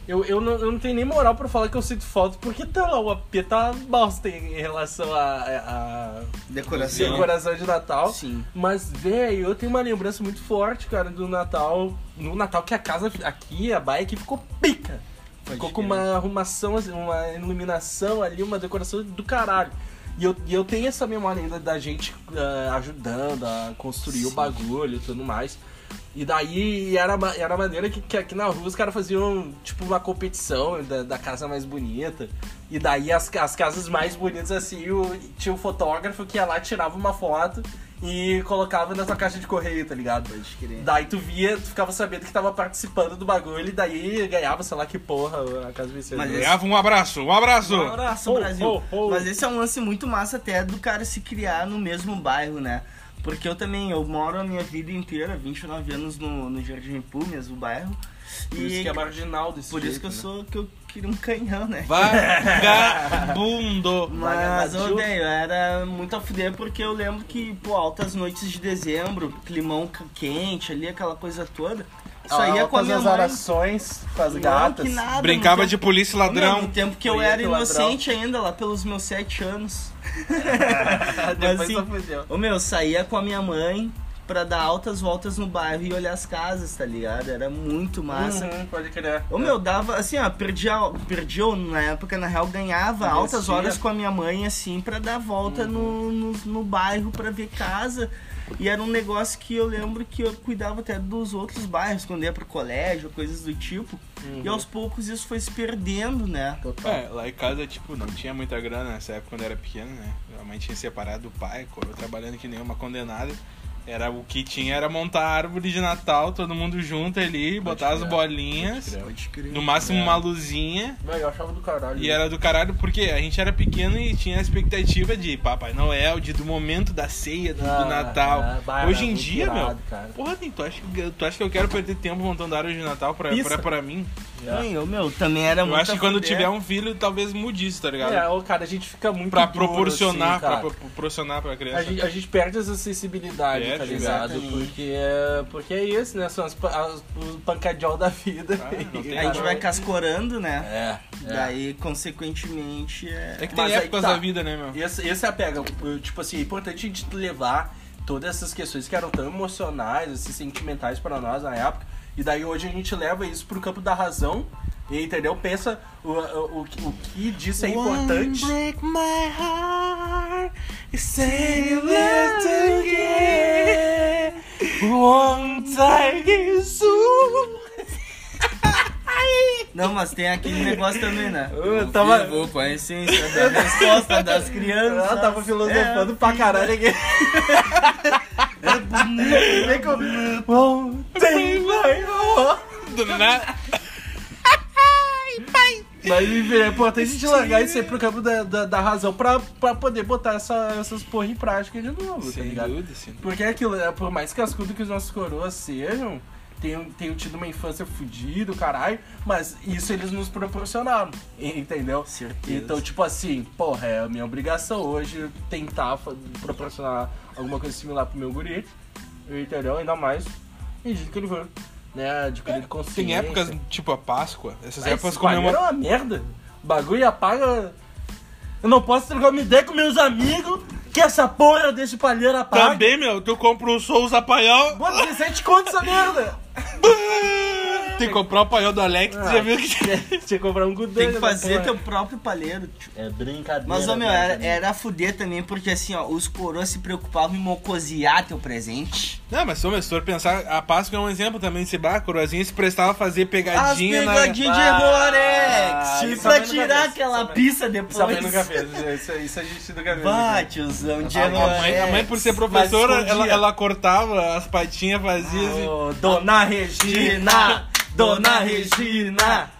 [SPEAKER 4] Eu, eu, não, eu não tenho nem moral pra falar que eu sinto falta, porque tá lá, o AP tá bosta em em relação a, a, a
[SPEAKER 2] Sim.
[SPEAKER 3] Decoração.
[SPEAKER 4] decoração de Natal.
[SPEAKER 3] Sim.
[SPEAKER 4] Mas, velho, eu tenho uma lembrança muito forte, cara, do Natal. No Natal que a casa aqui, a baia aqui ficou pica.
[SPEAKER 3] Pode
[SPEAKER 4] ficou com
[SPEAKER 3] crer.
[SPEAKER 4] uma arrumação, assim, uma iluminação ali, uma decoração do caralho. E eu, e eu tenho essa memória ainda da gente ah, ajudando a construir o bagulho e tudo mais. E daí era, ma- era a maneira que, que aqui na rua os caras faziam tipo uma competição da, da casa mais bonita. E daí as, ca- as casas mais bonitas assim, o- tinha um fotógrafo que ia lá, tirava uma foto e colocava na sua caixa de correio, tá ligado?
[SPEAKER 3] Pode crer.
[SPEAKER 4] Daí tu via, tu ficava sabendo que tava participando do bagulho e daí ganhava, sei lá que porra, a casa vencedora.
[SPEAKER 3] Mas é
[SPEAKER 2] Ganhava um abraço, um abraço!
[SPEAKER 3] Um abraço,
[SPEAKER 4] Ho,
[SPEAKER 3] Brasil.
[SPEAKER 4] ho, ho.
[SPEAKER 3] Mas esse é um lance muito massa até do cara se criar no mesmo bairro, né? Porque eu também, eu moro a minha vida inteira, 29 anos no, no Jardim Pumias, o bairro.
[SPEAKER 4] Por
[SPEAKER 3] e
[SPEAKER 4] isso que é marginal desse
[SPEAKER 3] assim por isso
[SPEAKER 4] jeito,
[SPEAKER 3] que eu
[SPEAKER 4] né?
[SPEAKER 3] sou que eu queria um canhão, né?
[SPEAKER 2] Vagabundo!
[SPEAKER 3] Mas
[SPEAKER 4] Vagabundo.
[SPEAKER 3] eu odeio, era muito a fuder porque eu lembro que, pô, altas noites de dezembro, climão ca- quente ali, aquela coisa toda. Saía é com a minha mãe.
[SPEAKER 4] orações com as
[SPEAKER 3] Não,
[SPEAKER 4] Ah, gatas.
[SPEAKER 3] que
[SPEAKER 4] (laughs)
[SPEAKER 3] nada,
[SPEAKER 2] Brincava
[SPEAKER 3] no
[SPEAKER 2] de polícia e ladrão.
[SPEAKER 3] Meu, no tempo que eu
[SPEAKER 4] Punheta
[SPEAKER 3] era
[SPEAKER 4] e ladrão.
[SPEAKER 3] inocente ainda, lá pelos meus sete anos.
[SPEAKER 4] Depois
[SPEAKER 3] assim,
[SPEAKER 4] só fudeu.
[SPEAKER 3] Ô meu, eu saía com a minha mãe pra dar altas voltas no bairro e olhar as casas, tá ligado? Era muito massa.
[SPEAKER 4] Uhum, pode crer.
[SPEAKER 3] Ô meu, dava assim, ó, perdi, a- perdi ou na época, na real, ganhava
[SPEAKER 4] Investia.
[SPEAKER 3] altas horas com a minha mãe, assim, pra dar volta no, no, no bairro pra ver casa. E era um negócio que eu lembro que eu cuidava até dos outros bairros, quando ia pro colégio, coisas do tipo.
[SPEAKER 2] Uhum.
[SPEAKER 3] E aos poucos isso foi se perdendo, né?
[SPEAKER 2] É, lá em casa, tipo, não tinha muita grana nessa época quando era pequeno, né? Minha mãe tinha separado do pai, eu trabalhando que nem uma condenada. Era o que tinha era montar a árvore de Natal, todo mundo junto ali, botar as
[SPEAKER 4] crer.
[SPEAKER 2] bolinhas,
[SPEAKER 3] Pode crer.
[SPEAKER 2] no máximo uma luzinha.
[SPEAKER 4] Velho, eu achava do caralho.
[SPEAKER 2] E era do caralho porque a gente era pequeno e tinha a expectativa de Papai Noel, de do momento da ceia, do, do
[SPEAKER 4] Ah,
[SPEAKER 2] Natal.
[SPEAKER 4] ah, bah,
[SPEAKER 2] Hoje
[SPEAKER 4] era
[SPEAKER 2] em
[SPEAKER 4] muito
[SPEAKER 2] dia,
[SPEAKER 4] irado,
[SPEAKER 2] meu,
[SPEAKER 4] cara.
[SPEAKER 2] porra, tem, tu, acha que, tu acha que eu quero perder tempo montando árvore de Natal pra,
[SPEAKER 4] Isso.
[SPEAKER 2] pra, pra mim? tá
[SPEAKER 4] É.
[SPEAKER 3] Sim, ô, meu, também era é,
[SPEAKER 2] Eu
[SPEAKER 3] muito
[SPEAKER 2] acho
[SPEAKER 3] a
[SPEAKER 2] que quando
[SPEAKER 3] fuder.
[SPEAKER 2] tiver um filho, talvez mude isso, tá ligado?
[SPEAKER 4] É, ô, cara, a gente fica muito
[SPEAKER 2] Pra
[SPEAKER 4] duro,
[SPEAKER 2] proporcionar,
[SPEAKER 4] assim, cara.
[SPEAKER 2] pra pro- proporcionar pra criança.
[SPEAKER 4] A gente, a gente perde essa sensibilidade,
[SPEAKER 2] Perde,
[SPEAKER 4] tá ligado?
[SPEAKER 3] exatamente.
[SPEAKER 4] Porque é, porque é isso, né? São as, pa- as, os pancadiol da vida.
[SPEAKER 2] Ah, não
[SPEAKER 4] (laughs)
[SPEAKER 2] tem
[SPEAKER 3] A gente vai
[SPEAKER 4] cair.
[SPEAKER 3] cascorando, né?
[SPEAKER 4] É, é.
[SPEAKER 3] Daí, consequentemente, é.
[SPEAKER 2] É que tem
[SPEAKER 4] Mas aí
[SPEAKER 2] épocas
[SPEAKER 4] tá.
[SPEAKER 2] da vida, né, meu?
[SPEAKER 4] Essa, essa é a pega. Eu, Tipo assim, é importante a gente levar todas essas questões que eram tão emocionais, assim, sentimentais pra nós na época. E daí hoje a gente leva isso pro campo da razão. E, entendeu? Pensa o, o, o, que- o que disso é importante.
[SPEAKER 3] Não, mas tem aquele negócio também, né?
[SPEAKER 4] Eu tava-
[SPEAKER 3] Vivo com a essência da resposta das crianças.
[SPEAKER 4] Ela tava filosofando pra caralho aqui. Vem com- Ontem maior.
[SPEAKER 2] Do nada.
[SPEAKER 4] Mas enfim, é importante a gente largar isso aí pro campo da, da, da razão pra, pra poder botar essa, essas porra em prática de novo, tá
[SPEAKER 2] Sem
[SPEAKER 4] ligado?
[SPEAKER 2] dúvida, sim.
[SPEAKER 4] Porque é aquilo, né? por mais cascudo que os nossos coroas sejam, tenham, tenham tido uma infância fodida, caralho, mas isso eles nos proporcionaram, e- entendeu?
[SPEAKER 3] Certeza.
[SPEAKER 4] Então, tipo assim, porra, é a minha obrigação hoje tentar fa- proporcionar alguma coisa similar pro meu guri, entendeu? Ainda mais em dia que ele vai, né, adquirindo consciência.
[SPEAKER 2] É, Tem épocas, tipo a Páscoa, essas
[SPEAKER 4] Mas
[SPEAKER 2] épocas
[SPEAKER 4] esse bagulho
[SPEAKER 2] comemoram.
[SPEAKER 4] é uma merda. O bagulho apaga. Eu não posso trocar uma ideia com meus amigos que essa porra desse palheiro apaga.
[SPEAKER 2] Também, meu, tu compra um Souza Paiol.
[SPEAKER 4] Bota 17 conto essa merda!
[SPEAKER 2] Tem que comprar o paiol do Alex,
[SPEAKER 4] Ah.
[SPEAKER 2] já viu que.
[SPEAKER 4] (laughs) Tinha que comprar um com
[SPEAKER 3] Tem um que fazer teu próprio palheiro. tio.
[SPEAKER 4] É brincadeira.
[SPEAKER 3] Mas, ô meu,
[SPEAKER 4] cara.
[SPEAKER 3] era, era a fuder também, porque assim, ó, os coroas se preocupavam em mocosear teu presente.
[SPEAKER 2] Não, mas ô, meu, se for pensar, a Páscoa é um exemplo também desse bar, a coroazinha se prestava a fazer
[SPEAKER 3] As
[SPEAKER 2] pegadinha né? na.
[SPEAKER 3] pegadinhas de
[SPEAKER 4] Ah,
[SPEAKER 3] erro, Alex!
[SPEAKER 4] isso
[SPEAKER 3] E pra
[SPEAKER 4] aí nunca
[SPEAKER 3] tirar
[SPEAKER 2] é?
[SPEAKER 4] fez,
[SPEAKER 3] aquela
[SPEAKER 4] isso aí-
[SPEAKER 3] pizza
[SPEAKER 4] Isso aí
[SPEAKER 3] depois.
[SPEAKER 4] nunca fez. Isso, isso a gente nunca fez.
[SPEAKER 3] Bah, tiozão, de
[SPEAKER 2] A
[SPEAKER 3] erro,
[SPEAKER 2] mãe, a mãe, por ser professora,
[SPEAKER 3] Mas escondia. Ah,
[SPEAKER 2] ela, ela cortava as patinhas, fazia assim.
[SPEAKER 4] Ô, Dona Regina! Dona Regina!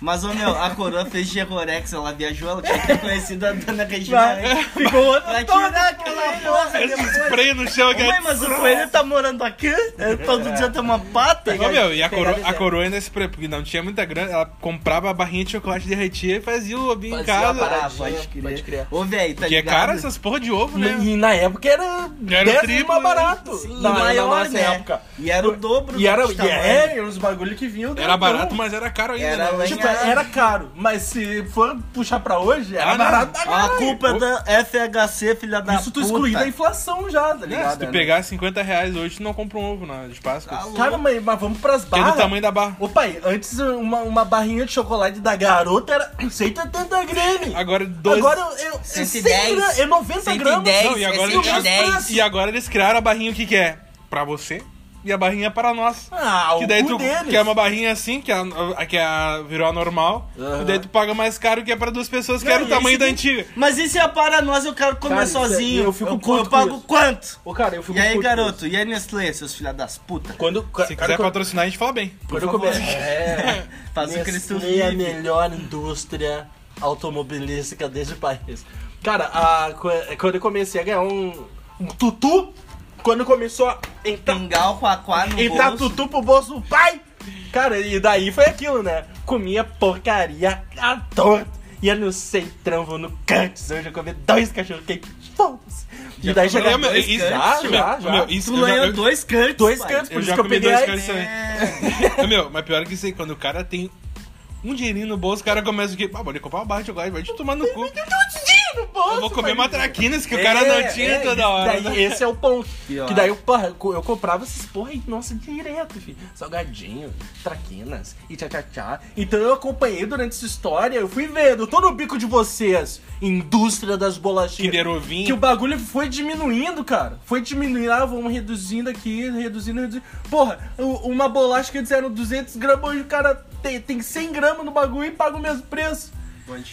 [SPEAKER 3] Mas, ô meu, a coroa fez Gerorex, ela viajou, ela tinha que ter conhecido a dona Regina.
[SPEAKER 4] Vai,
[SPEAKER 3] né?
[SPEAKER 4] (laughs) Ficou outro
[SPEAKER 3] Pra
[SPEAKER 4] todo
[SPEAKER 3] tirar aquela porra depois.
[SPEAKER 2] um Spray no chão aqui.
[SPEAKER 3] Mãe, mas o coelho tá morando aqui? É, Todo dia tem uma pata?
[SPEAKER 2] Ô, meu, e a, coro-
[SPEAKER 4] Pegada
[SPEAKER 2] a
[SPEAKER 4] de-
[SPEAKER 2] coroa ainda se pre... porque não tinha muita grana, ela comprava a barrinha de chocolate derretia e fazia o ovinho em
[SPEAKER 4] Fazia a
[SPEAKER 2] casa.
[SPEAKER 4] parada.
[SPEAKER 3] Ah, pode crer.
[SPEAKER 4] Pode crer.
[SPEAKER 3] Ô, velho, tá
[SPEAKER 2] Porque é
[SPEAKER 3] ligado?
[SPEAKER 2] cara essas porra de ovo, né?
[SPEAKER 4] E na época era
[SPEAKER 2] Era
[SPEAKER 4] dez
[SPEAKER 2] triplo,
[SPEAKER 4] vezes mais
[SPEAKER 2] né?
[SPEAKER 4] barato.
[SPEAKER 3] Sim,
[SPEAKER 4] na,
[SPEAKER 3] maior,
[SPEAKER 4] na nossa
[SPEAKER 3] né?
[SPEAKER 4] época.
[SPEAKER 3] E era o dobro
[SPEAKER 4] E era,
[SPEAKER 3] do
[SPEAKER 4] e é,
[SPEAKER 3] tamanho.
[SPEAKER 4] era uns bagulho que vinha.
[SPEAKER 2] Era barato, mas era caro ainda,
[SPEAKER 3] Era
[SPEAKER 2] né?
[SPEAKER 3] lá em-
[SPEAKER 4] Tipo, era caro, mas se for puxar pra hoje, era
[SPEAKER 2] Ah, não.
[SPEAKER 4] barato. pra
[SPEAKER 3] A
[SPEAKER 4] caralho.
[SPEAKER 3] culpa é
[SPEAKER 2] Ô.
[SPEAKER 3] da FHC, filha da
[SPEAKER 4] Isso tu
[SPEAKER 3] puta.
[SPEAKER 4] excluindo a inflação já, tá
[SPEAKER 2] Né?
[SPEAKER 4] ligado?
[SPEAKER 2] Se tu
[SPEAKER 4] né?
[SPEAKER 2] pegar 50 reais hoje, tu não compra um ovo na de Páscoa.
[SPEAKER 3] Tá louco.
[SPEAKER 4] Cara, mas, mas vamos pras
[SPEAKER 2] Porque é do
[SPEAKER 4] barras.
[SPEAKER 2] tamanho da barra.
[SPEAKER 4] Ô pai, antes uma, uma barrinha de chocolate da garota era (coughs) 180 gramas.
[SPEAKER 2] Agora dois.
[SPEAKER 4] Agora eu, eu
[SPEAKER 3] 110,
[SPEAKER 4] 100 gra- é 90 gramas.
[SPEAKER 3] 110,
[SPEAKER 2] Não, e
[SPEAKER 3] é
[SPEAKER 2] agora,
[SPEAKER 3] 110.
[SPEAKER 2] eles, e agora eles criaram a barrinha o que que é? Pra você e a barrinha para nós.
[SPEAKER 4] Ah, o
[SPEAKER 2] Que daí
[SPEAKER 4] cu
[SPEAKER 2] tu
[SPEAKER 4] deles.
[SPEAKER 2] quer uma barrinha assim, que é a, a- que é a- virou a normal.
[SPEAKER 4] Aham.
[SPEAKER 2] E daí tu paga mais caro que é pra duas pessoas, que
[SPEAKER 4] Não,
[SPEAKER 2] era o
[SPEAKER 4] e aí
[SPEAKER 2] tamanho da
[SPEAKER 4] se-
[SPEAKER 2] antiga.
[SPEAKER 3] Mas e se é para nós, eu quero comer
[SPEAKER 4] Cara, isso é-
[SPEAKER 3] sozinho?
[SPEAKER 4] eu fico
[SPEAKER 3] eu,
[SPEAKER 4] puto com
[SPEAKER 3] pago
[SPEAKER 4] isso.
[SPEAKER 3] quanto?
[SPEAKER 4] Ô, cara, eu fico
[SPEAKER 3] E aí,
[SPEAKER 4] puto com
[SPEAKER 3] garoto? E aí, Nestlé, seus filha das putas?
[SPEAKER 4] isso. Quando,
[SPEAKER 2] Se
[SPEAKER 4] cara,
[SPEAKER 2] quiser
[SPEAKER 4] quando-
[SPEAKER 2] patrocinar, a gente fala
[SPEAKER 4] (laughs)
[SPEAKER 2] bem.
[SPEAKER 4] Quando
[SPEAKER 3] Por
[SPEAKER 4] eu come-
[SPEAKER 3] favor.
[SPEAKER 4] É.
[SPEAKER 3] Faz o
[SPEAKER 4] Nestlé
[SPEAKER 3] Cristo
[SPEAKER 4] é a
[SPEAKER 3] vive.
[SPEAKER 4] melhor indústria automobilística deste país. Cara, a- qu- quando eu comecei a ganhar um, um tutu, quando começou a entrar,
[SPEAKER 3] Pingal com aquá no
[SPEAKER 2] tá
[SPEAKER 4] entrar
[SPEAKER 3] bolso.
[SPEAKER 4] tá tutu pro bolso do pai, cara, e daí foi aquilo, né? Comia porcaria à torta. Ia no centrão, vou no Cantos, hoje eu comi dois cachorro quente, foda-se. E daí
[SPEAKER 2] Eu,
[SPEAKER 4] chegava...
[SPEAKER 2] meu,
[SPEAKER 3] dois
[SPEAKER 2] isso-
[SPEAKER 4] já,
[SPEAKER 2] meu,
[SPEAKER 4] já, já.
[SPEAKER 2] meu, isso-
[SPEAKER 3] Tu
[SPEAKER 2] eu já-
[SPEAKER 3] ganhou
[SPEAKER 2] eu-
[SPEAKER 3] dois cantos,
[SPEAKER 4] Dois
[SPEAKER 3] pai.
[SPEAKER 4] cantos,
[SPEAKER 2] Eu
[SPEAKER 4] por
[SPEAKER 2] já
[SPEAKER 4] isso que eu
[SPEAKER 2] comi
[SPEAKER 4] peguei
[SPEAKER 2] dois
[SPEAKER 4] a
[SPEAKER 2] cantos também.
[SPEAKER 3] É.
[SPEAKER 2] Ô, meu, mas pior que isso aí, quando o cara tem um dinheirinho no bolso, o cara começa o quê? Ah, vou lhe comprar uma barra de chocolate, vai te tomar no cu.
[SPEAKER 4] no bolso,
[SPEAKER 2] Eu vou comer
[SPEAKER 4] pai.
[SPEAKER 2] uma traquinas que o cara não tinha toda hora.
[SPEAKER 4] É, Daí,
[SPEAKER 2] né?
[SPEAKER 4] esse é o ponto.
[SPEAKER 3] Pior.
[SPEAKER 4] Que daí eu, porra, eu co- eu comprava esses porra aí, nossa, direto, filho. Salgadinho, traquinas e tchá tchá tchá. Então eu acompanhei durante essa história, eu fui vendo, eu tô no bico de vocês, indústria das bolachinhas.
[SPEAKER 2] Kinder Ovinho.
[SPEAKER 4] Que o bagulho foi diminuindo, cara. Foi diminuindo, ah, vamos reduzindo aqui, reduzindo, reduzindo. Porra, u- uma bolacha que antes era 200 gramas, hoje o cara tem, tem 100 gramas no bagulho e paga o mesmo preço.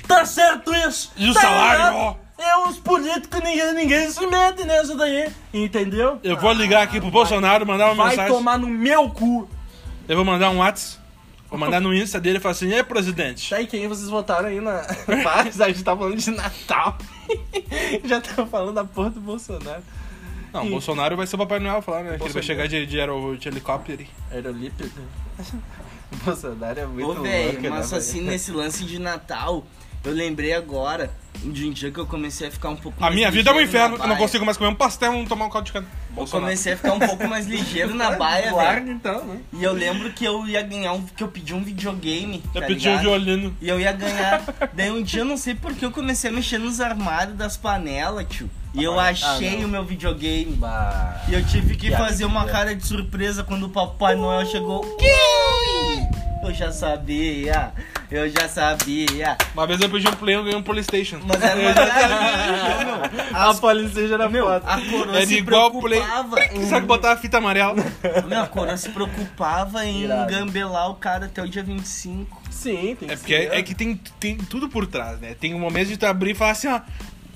[SPEAKER 4] Tá certo isso!
[SPEAKER 2] E o
[SPEAKER 4] tá
[SPEAKER 2] salário?
[SPEAKER 4] errado. É os políticos, ninguém, ninguém se mete nessa daí, entendeu?
[SPEAKER 2] Eu vou ligar aqui pro Bolsonaro, mandar uma
[SPEAKER 4] Vai
[SPEAKER 2] mensagem.
[SPEAKER 4] é tomar no meu cu.
[SPEAKER 2] Eu vou mandar um WhatsApp. Vou mandar no Insta dele e falar assim, é presidente.
[SPEAKER 4] Tá aí quem vocês votaram aí na (laughs) Mas a gente tá falando de Natal. (laughs) Já tá falando da porra do Bolsonaro.
[SPEAKER 2] Não, o
[SPEAKER 4] Ih.
[SPEAKER 2] Bolsonaro vai ser o Papai Noel falar, né? Que ele vai
[SPEAKER 4] Bolsonaro.
[SPEAKER 2] chegar de, de, aero- de helicóptero.
[SPEAKER 4] Aerolípido. né? (laughs) O Bolsonaro é muito
[SPEAKER 3] Ô,
[SPEAKER 4] louco, né,
[SPEAKER 3] velho, mas assim,
[SPEAKER 4] velho?
[SPEAKER 3] nesse lance de Natal, eu lembrei agora de um dia que eu comecei a ficar um pouco
[SPEAKER 2] A
[SPEAKER 3] mais
[SPEAKER 2] minha vida é um
[SPEAKER 3] ligeiro na
[SPEAKER 2] inferno. Eu não
[SPEAKER 3] baia.
[SPEAKER 2] consigo mais comer um pastel e não tomar um caldo de cana.
[SPEAKER 3] Eu
[SPEAKER 2] Bolsonaro.
[SPEAKER 3] comecei a ficar um pouco mais ligeiro na baia,
[SPEAKER 4] Larga
[SPEAKER 3] velho.
[SPEAKER 4] então, né?
[SPEAKER 3] E eu lembro que eu ia ganhar um. que eu pedi um videogame.
[SPEAKER 2] Eu
[SPEAKER 3] tá
[SPEAKER 2] pedi um
[SPEAKER 3] ligado?
[SPEAKER 2] violino.
[SPEAKER 3] E eu ia ganhar. Daí um dia eu não sei porque eu comecei a mexer nos armários das panelas, tio. E eu
[SPEAKER 4] Ah,
[SPEAKER 3] achei
[SPEAKER 4] não.
[SPEAKER 3] o meu videogame.
[SPEAKER 4] Bah.
[SPEAKER 3] E eu tive que
[SPEAKER 4] Que
[SPEAKER 3] fazer uma
[SPEAKER 4] alegria.
[SPEAKER 3] cara de surpresa quando o Papai Noel chegou. Eu já sabia, eu já sabia.
[SPEAKER 2] Uma vez eu pedi um Play e eu ganhei um Playstation.
[SPEAKER 3] Mas era
[SPEAKER 2] (laughs)
[SPEAKER 3] uma maravilha, meu.
[SPEAKER 4] A polícia já era
[SPEAKER 3] Meu,
[SPEAKER 4] foda.
[SPEAKER 3] a coroa
[SPEAKER 2] Era
[SPEAKER 3] se
[SPEAKER 2] igual o Play.
[SPEAKER 3] preocupava.
[SPEAKER 2] Só que botar a fita amarela.
[SPEAKER 3] Meu, a coroa se preocupava em
[SPEAKER 4] Irado.
[SPEAKER 3] gambelar o cara até o dia 25.
[SPEAKER 4] Sim, tem
[SPEAKER 2] É
[SPEAKER 4] que
[SPEAKER 2] porque é, é que tem, tem tudo por trás, né? Tem um momento de tu abrir e falar assim, ó.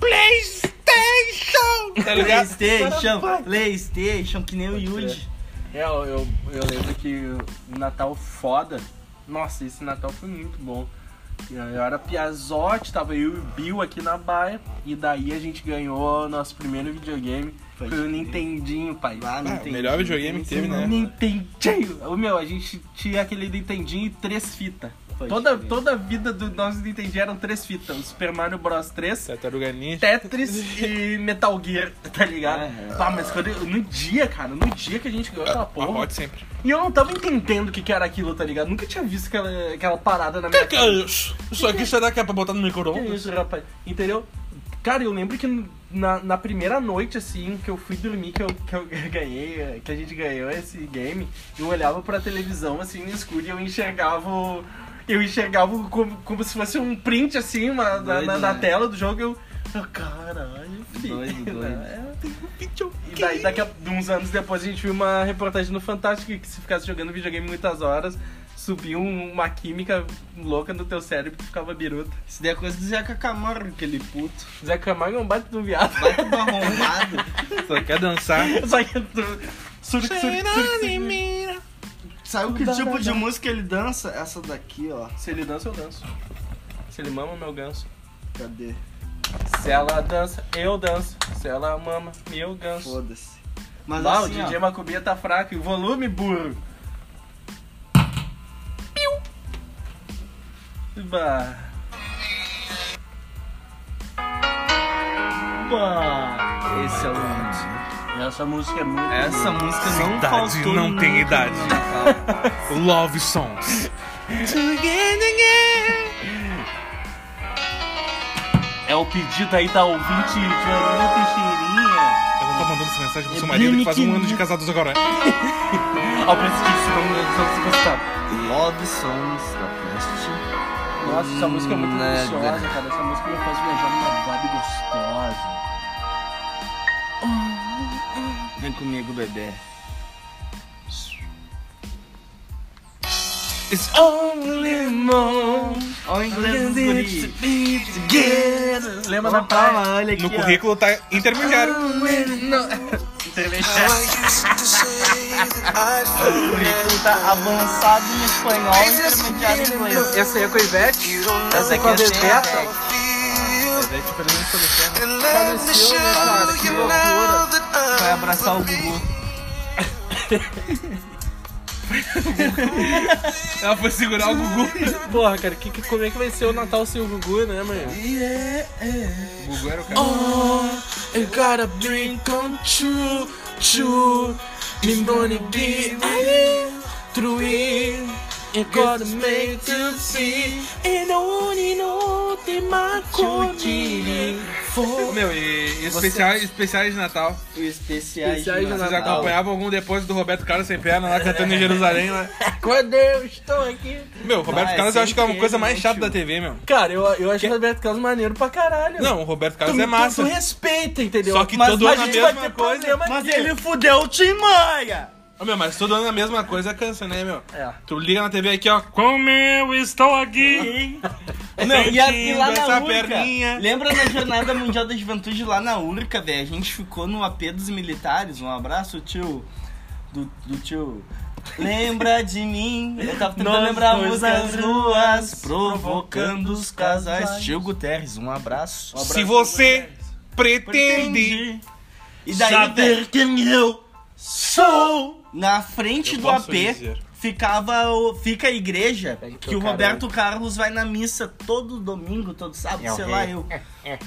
[SPEAKER 2] Playstation! Tá ligado?
[SPEAKER 3] Playstation,
[SPEAKER 4] Caramba.
[SPEAKER 3] Playstation, que nem o Yuji.
[SPEAKER 4] É, eu, eu, eu lembro que o Natal foda. Nossa, esse Natal foi muito bom. Eu eu era piazote, tava eu e o Bill aqui na baia. E daí a gente ganhou nosso primeiro videogame.
[SPEAKER 3] Pode
[SPEAKER 4] foi o
[SPEAKER 3] crer.
[SPEAKER 4] Nintendinho, pai.
[SPEAKER 3] Lá
[SPEAKER 2] Ah,
[SPEAKER 3] não
[SPEAKER 2] o
[SPEAKER 3] tem.
[SPEAKER 2] melhor videogame que teve, né?
[SPEAKER 4] Nintendinho! Ô, meu, a gente tinha aquele Nintendinho e três fitas.
[SPEAKER 3] Pode
[SPEAKER 4] Toda,
[SPEAKER 3] crer.
[SPEAKER 4] toda a vida do nosso Nintendinho eram três fitas. O Super Mario Bros 3,
[SPEAKER 2] Tartaruga Ninja.
[SPEAKER 4] Tetris e Metal Gear, tá ligado?
[SPEAKER 2] É.
[SPEAKER 3] Aham.
[SPEAKER 4] Pá, mas quando eu- no dia, cara, no dia que a gente ganhou aquela porra,
[SPEAKER 2] Pacote sempre.
[SPEAKER 4] e eu não tava entendendo o que, que era aquilo, tá ligado? Nunca tinha visto aquela, aquela parada na minha
[SPEAKER 2] Que que é isso? Isso aqui será que é pra botar no
[SPEAKER 4] Que
[SPEAKER 2] micro-ondas?
[SPEAKER 4] isso, rapaz? Entendeu? Cara, eu lembro que na, na primeira noite, assim, que eu fui dormir, que eu, que eu (laughs) ganhei, eh, que a gente ganhou esse game, eu olhava pra televisão, assim, no escuro e eu enxergava. o- Eu enxergava o- como, como se fosse um print, assim, uma, da,
[SPEAKER 3] Doido,
[SPEAKER 4] na, da
[SPEAKER 3] né?
[SPEAKER 4] tela do jogo, eu. eu, Caralho, filho.
[SPEAKER 3] Doido,
[SPEAKER 4] (laughs)
[SPEAKER 3] doido.
[SPEAKER 4] né? E daí, daqui a uns anos depois, a gente viu uma reportagem no Fantástico que se ficasse jogando videogame muitas horas, subia um- uma química louca no teu cérebro que ficava biruta.
[SPEAKER 3] Isso daí é coisa do Zeca Camargo, aquele puto.
[SPEAKER 4] Zé Camargo é um baita de um viado. (laughs)
[SPEAKER 3] Vai tudo arrombado.
[SPEAKER 2] Só quer dançar.
[SPEAKER 4] Só que tu- suru- suru- suru- suru-
[SPEAKER 3] Sabe
[SPEAKER 2] Tá
[SPEAKER 3] que tipo de música ele dança? Essa daqui, ó.
[SPEAKER 4] Se ele dança, eu danço. Se ele mama, eu ganso.
[SPEAKER 3] Cadê?
[SPEAKER 4] Se ela dança, eu danço. Se ela mama, eu ganso.
[SPEAKER 3] Foda-se. Mas
[SPEAKER 4] Lá,
[SPEAKER 3] assim,
[SPEAKER 4] o DJ
[SPEAKER 3] ó,
[SPEAKER 4] Macubia tá fraco. E o volume, burro. Piu. Bah. Bah.
[SPEAKER 3] esse é o mundo.
[SPEAKER 4] Essa música é muito...
[SPEAKER 3] Essa música não
[SPEAKER 2] Idade
[SPEAKER 3] faltou
[SPEAKER 2] não
[SPEAKER 3] nunca
[SPEAKER 2] tem idade.
[SPEAKER 3] no Natal.
[SPEAKER 2] Love songs.
[SPEAKER 4] É o pedido aí da ouvinte Janina Teixeirinha.
[SPEAKER 2] Eu não tô mandando essa mensagem pro seu
[SPEAKER 4] É
[SPEAKER 2] marido
[SPEAKER 4] bem
[SPEAKER 2] que faz um
[SPEAKER 4] que-
[SPEAKER 2] ano de casados agora.
[SPEAKER 4] Ó, preciso disso, não, não se gostar.
[SPEAKER 3] Love Songs da Peste.
[SPEAKER 4] Nossa, essa música é muito
[SPEAKER 3] Nada.
[SPEAKER 4] deliciosa, cara. Essa música me faz viajar numa vibe gostosa.
[SPEAKER 3] Vem comigo, bebê.
[SPEAKER 2] It's only
[SPEAKER 3] Olha o inglês do guri.
[SPEAKER 4] Lembra da
[SPEAKER 3] Olha,
[SPEAKER 4] praia?
[SPEAKER 3] olha aqui,
[SPEAKER 2] No
[SPEAKER 3] ó.
[SPEAKER 2] currículo tá intermediário.
[SPEAKER 3] O currículo tá avançado no espanhol e intermediário em inglês.
[SPEAKER 4] Essa aí é com a Ivete. Essa é com a Bebeta. Faleceu, né, cara? Que loucura.
[SPEAKER 3] Vai abraçar o Gugu.
[SPEAKER 2] Ah. Ela foi segurar o Gugu.
[SPEAKER 4] Porra, cara, que, que- como é que vai ser o Natal sem o Gugu, né, mano?
[SPEAKER 2] O Gugu era o cara.
[SPEAKER 4] I got a dream come true, true. Me money be through it. It gotta make you see. And only know the my
[SPEAKER 3] Tchutchiri.
[SPEAKER 2] Oh, Meu, e especiais, especiais de Natal.
[SPEAKER 3] O especiais de
[SPEAKER 4] Especiais de
[SPEAKER 3] Natal.
[SPEAKER 2] Vocês
[SPEAKER 4] Natal.
[SPEAKER 2] acompanhavam algum depósito do Roberto Carlos sem perna lá cantando em Jerusalém, né?
[SPEAKER 4] Quando eu estou aqui.
[SPEAKER 2] Meu, Roberto
[SPEAKER 3] Ah, é
[SPEAKER 2] Carlos eu acho que é uma
[SPEAKER 3] sempre
[SPEAKER 2] coisa
[SPEAKER 3] ele,
[SPEAKER 2] mais
[SPEAKER 3] né,
[SPEAKER 2] chata
[SPEAKER 3] tio?
[SPEAKER 2] da TV, meu.
[SPEAKER 4] Cara, eu, eu acho o Roberto Carlos maneiro pra caralho.
[SPEAKER 2] Não, o Roberto Carlos
[SPEAKER 4] tu,
[SPEAKER 2] é massa.
[SPEAKER 4] Tu, tu respeita, entendeu?
[SPEAKER 2] Só que
[SPEAKER 4] mas,
[SPEAKER 2] todo
[SPEAKER 4] mas
[SPEAKER 2] ano
[SPEAKER 4] a
[SPEAKER 2] a
[SPEAKER 4] gente vai
[SPEAKER 2] mesma
[SPEAKER 4] ter
[SPEAKER 2] coisa.
[SPEAKER 4] problema
[SPEAKER 3] Mas
[SPEAKER 4] aqui.
[SPEAKER 3] ele fudeu o Tim Maia!
[SPEAKER 2] Ô, meu, mas todo ano a mesma coisa cansa, né, meu?
[SPEAKER 4] É.
[SPEAKER 2] Tu liga na TV aqui, ó. Como eu estou aqui. Não,
[SPEAKER 3] e, a- e lá
[SPEAKER 2] essa
[SPEAKER 3] na Urca,
[SPEAKER 2] perninha.
[SPEAKER 3] lembra na Jornada Mundial da Juventude lá na Urca, velho? A gente ficou no AP dos militares, um abraço, tio, do, do tio. Lembra de mim? Eu tava tentando
[SPEAKER 4] Nós
[SPEAKER 3] lembrarmos
[SPEAKER 4] dois
[SPEAKER 3] as
[SPEAKER 4] nas
[SPEAKER 3] ruas,
[SPEAKER 4] ruas,
[SPEAKER 3] provocando os casais.
[SPEAKER 4] casais.
[SPEAKER 3] Tio Guterres, um abraço.
[SPEAKER 2] Se você pretende.
[SPEAKER 3] E daí, velho,
[SPEAKER 4] quem eu sou.
[SPEAKER 3] na frente
[SPEAKER 2] Eu
[SPEAKER 3] do
[SPEAKER 2] posso
[SPEAKER 3] AP
[SPEAKER 2] dizer.
[SPEAKER 3] ficava o- fica a igreja
[SPEAKER 4] Pega o teu
[SPEAKER 3] que o
[SPEAKER 4] caralho.
[SPEAKER 3] Roberto Carlos vai na missa todo domingo, todo sábado,
[SPEAKER 4] É o
[SPEAKER 3] sei
[SPEAKER 4] rei.
[SPEAKER 3] lá eu.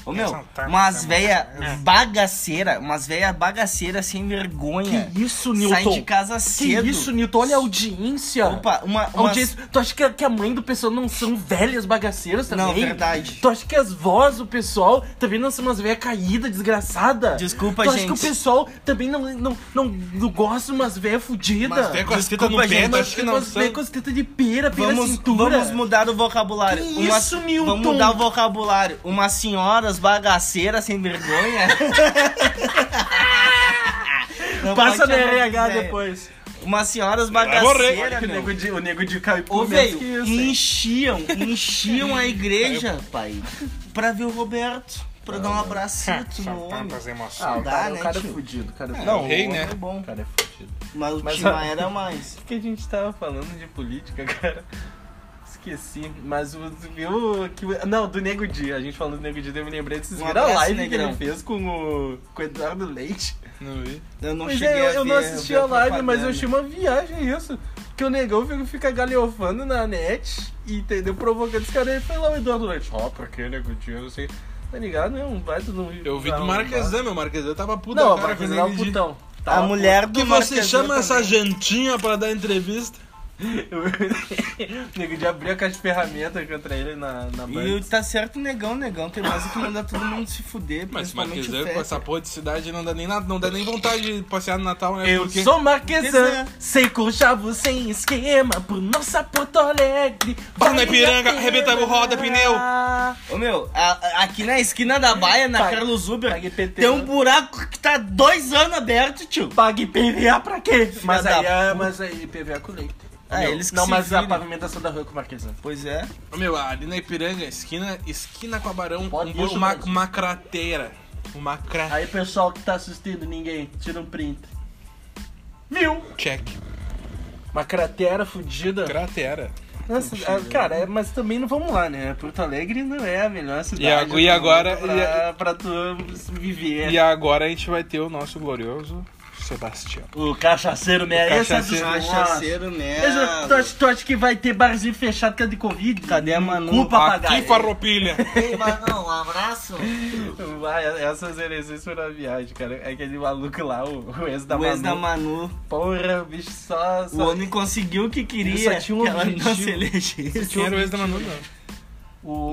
[SPEAKER 3] Ô meu,
[SPEAKER 2] Santana
[SPEAKER 3] umas
[SPEAKER 2] também.
[SPEAKER 3] véia
[SPEAKER 4] É.
[SPEAKER 3] bagaceira, umas véia bagaceira sem vergonha.
[SPEAKER 4] Que isso,
[SPEAKER 3] Sai
[SPEAKER 4] Newton?
[SPEAKER 3] de casa
[SPEAKER 4] Que
[SPEAKER 3] cedo.
[SPEAKER 4] isso, Newton? Olha a audiência.
[SPEAKER 3] Opa, uma, umas-
[SPEAKER 4] Audiência. Tu acha que a, que a mãe do pessoal não são velhas bagaceiras também?
[SPEAKER 3] Não, verdade.
[SPEAKER 4] Tu acha que as vozes do pessoal também não são umas velhas caídas, desgraçada?
[SPEAKER 3] Desculpa,
[SPEAKER 4] tu Tu
[SPEAKER 3] gente.
[SPEAKER 4] acha que o pessoal também não, não, não, não gosta de umas velhas fudidas?
[SPEAKER 3] Mas
[SPEAKER 2] Até É com as
[SPEAKER 3] Desculpa,
[SPEAKER 2] tetas no pé,
[SPEAKER 3] gente,
[SPEAKER 2] tu acha que não
[SPEAKER 4] umas
[SPEAKER 2] são.
[SPEAKER 4] velhas com as tetas de pera, pera
[SPEAKER 3] Vamos,
[SPEAKER 4] cintura.
[SPEAKER 3] vamos mudar o vocabulário.
[SPEAKER 4] Que
[SPEAKER 3] Umas-
[SPEAKER 4] isso, Newton?
[SPEAKER 3] Vamos mudar o vocabulário. Umas senhoras bagaceiras sem vergonha.
[SPEAKER 4] (laughs)
[SPEAKER 3] Não
[SPEAKER 4] Passa
[SPEAKER 3] pode
[SPEAKER 4] no
[SPEAKER 3] chamar de
[SPEAKER 4] RH
[SPEAKER 3] véia.
[SPEAKER 4] depois.
[SPEAKER 3] Umas senhoras
[SPEAKER 2] morrer.
[SPEAKER 3] bagaceiras,
[SPEAKER 4] Que o
[SPEAKER 3] meu.
[SPEAKER 4] nego de, o nego de Caipu
[SPEAKER 3] Ô,
[SPEAKER 4] menos
[SPEAKER 3] velho,
[SPEAKER 4] que isso, hein?
[SPEAKER 3] enchiam, enchiam a
[SPEAKER 2] (laughs)
[SPEAKER 3] igreja, pai, pra ver o Roberto, pra dar um abracito no homem.
[SPEAKER 2] emoções.
[SPEAKER 4] Ah, o
[SPEAKER 3] dá,
[SPEAKER 4] cara,
[SPEAKER 3] né,
[SPEAKER 4] o cara é
[SPEAKER 3] tio?
[SPEAKER 4] fudido, o cara é
[SPEAKER 2] É,
[SPEAKER 4] fudido.
[SPEAKER 2] o rei, né?
[SPEAKER 3] É bom,
[SPEAKER 4] O cara é fudido.
[SPEAKER 3] mas o
[SPEAKER 4] Mas
[SPEAKER 3] Tim
[SPEAKER 4] a-
[SPEAKER 3] Maia era mais.
[SPEAKER 4] que a gente tava falando de política, (laughs) cara? Esqueci, mas o do meu. Que, o- não, do Nego Dia. A gente falando do Nego Dia, eu me lembrei desses
[SPEAKER 3] Um
[SPEAKER 4] viram a
[SPEAKER 3] abraço,
[SPEAKER 4] live
[SPEAKER 3] Negrão.
[SPEAKER 4] que ele fez com o, com o Eduardo Leite.
[SPEAKER 2] Não vi.
[SPEAKER 3] Eu não
[SPEAKER 4] Pois
[SPEAKER 3] cheguei
[SPEAKER 4] é, eu,
[SPEAKER 3] a
[SPEAKER 4] eu
[SPEAKER 3] ver,
[SPEAKER 4] não assisti a
[SPEAKER 3] vi
[SPEAKER 4] live, mas
[SPEAKER 3] propaganda.
[SPEAKER 4] eu achei uma viagem isso. Que o negão fica, fica galeofando na net, e, entendeu? Provocando os caras. E foi lá o Eduardo Leite. Ó, pra que Nego Dia? Não sei. Tá ligado? É um baita do.
[SPEAKER 2] Eu vi
[SPEAKER 4] não,
[SPEAKER 2] do
[SPEAKER 4] um
[SPEAKER 2] Marquesan, meu. Marquesan tava puta
[SPEAKER 4] Não, o
[SPEAKER 2] cara com
[SPEAKER 4] Marquesan
[SPEAKER 2] ele
[SPEAKER 4] é um
[SPEAKER 2] de-
[SPEAKER 4] putão.
[SPEAKER 3] A
[SPEAKER 4] Tava
[SPEAKER 3] mulher do
[SPEAKER 2] Que você
[SPEAKER 3] Marquesan
[SPEAKER 2] chama essa
[SPEAKER 3] também.
[SPEAKER 2] jantinha pra dar entrevista?
[SPEAKER 4] Eu- O (laughs) nego de abrir a caixa de ferramenta contra ele na, na
[SPEAKER 3] E
[SPEAKER 4] banca.
[SPEAKER 3] tá certo o negão, negão. Tem mais é que mandar todo mundo se fuder,
[SPEAKER 2] Mas é
[SPEAKER 3] principalmente o
[SPEAKER 2] Marquesã,
[SPEAKER 3] Fetter.
[SPEAKER 2] com essa porra de cidade, não dá nem, nada, não dá nem vontade de passear no Natal, né?
[SPEAKER 4] Eu
[SPEAKER 2] Porque-
[SPEAKER 4] sou marquesã,
[SPEAKER 3] Marquesã.
[SPEAKER 4] sem conchavo, sem esquema, por nossa Porto Alegre.
[SPEAKER 2] Bora na
[SPEAKER 4] vale a
[SPEAKER 2] Ipiranga,
[SPEAKER 4] pena.
[SPEAKER 2] arrebenta o roda, pneu.
[SPEAKER 3] Ô meu, a- a- aqui na esquina da Baia, na
[SPEAKER 4] Pague-
[SPEAKER 3] Carlos Uber,
[SPEAKER 4] pague PT,
[SPEAKER 3] tem um
[SPEAKER 4] né?
[SPEAKER 3] buraco que tá dois anos aberto, tio.
[SPEAKER 4] Pague PVA pra quê? Mas
[SPEAKER 3] da
[SPEAKER 4] aí, é-
[SPEAKER 3] puta.
[SPEAKER 4] mas aí PVA com leite.
[SPEAKER 3] Ah,
[SPEAKER 4] Meu,
[SPEAKER 3] eles que
[SPEAKER 4] Não,
[SPEAKER 3] se
[SPEAKER 4] mas a
[SPEAKER 3] virem.
[SPEAKER 4] pavimentação da rua é com marquesã.
[SPEAKER 3] Pois é.
[SPEAKER 2] Ô, Meu, ali na Ipiranga, esquina, esquina com a Barão, um,
[SPEAKER 4] Pode isso,
[SPEAKER 2] uma,
[SPEAKER 4] mano.
[SPEAKER 2] uma cratera. Uma cratera.
[SPEAKER 4] Aí, pessoal que tá assistindo, ninguém, tira um print. Viu?
[SPEAKER 2] Check.
[SPEAKER 4] Uma cratera fudida.
[SPEAKER 2] Cratera.
[SPEAKER 4] Nossa, ah, cara, é- mas também não vamos lá, né? Porto Alegre não é a melhor cidade.
[SPEAKER 2] E agu- e agora-
[SPEAKER 4] Pra,
[SPEAKER 2] e a-
[SPEAKER 4] pra tu viver.
[SPEAKER 2] E agora a gente vai ter o nosso glorioso Sebastião.
[SPEAKER 4] O cachaceiro, né?
[SPEAKER 2] O
[SPEAKER 4] Esse é dos
[SPEAKER 2] cachaceiro.
[SPEAKER 4] nossos.
[SPEAKER 3] Cachaceiro mesmo.
[SPEAKER 4] Esse- Tu acha, tu acha que vai ter barzinho fechado por causa de Covid?
[SPEAKER 3] Cadê a Manu?
[SPEAKER 4] Cu, papagaio.
[SPEAKER 2] Aqui,
[SPEAKER 3] (laughs)
[SPEAKER 4] (laughs)
[SPEAKER 2] farroupilha.
[SPEAKER 3] Ei, Manão, um abraço.
[SPEAKER 4] Vai, essas eleições foram a viagem, cara. É Aquele maluco lá, o, o ex da
[SPEAKER 3] o ex da
[SPEAKER 4] Manu.
[SPEAKER 3] Manu.
[SPEAKER 4] Porra, o bicho só...
[SPEAKER 3] O
[SPEAKER 4] só-
[SPEAKER 3] homem conseguiu o que queria.
[SPEAKER 4] Ele só tinha um
[SPEAKER 3] que ela não
[SPEAKER 4] objetivo. um
[SPEAKER 3] se elegesse. É,
[SPEAKER 2] Tinha o ex da Manu, não.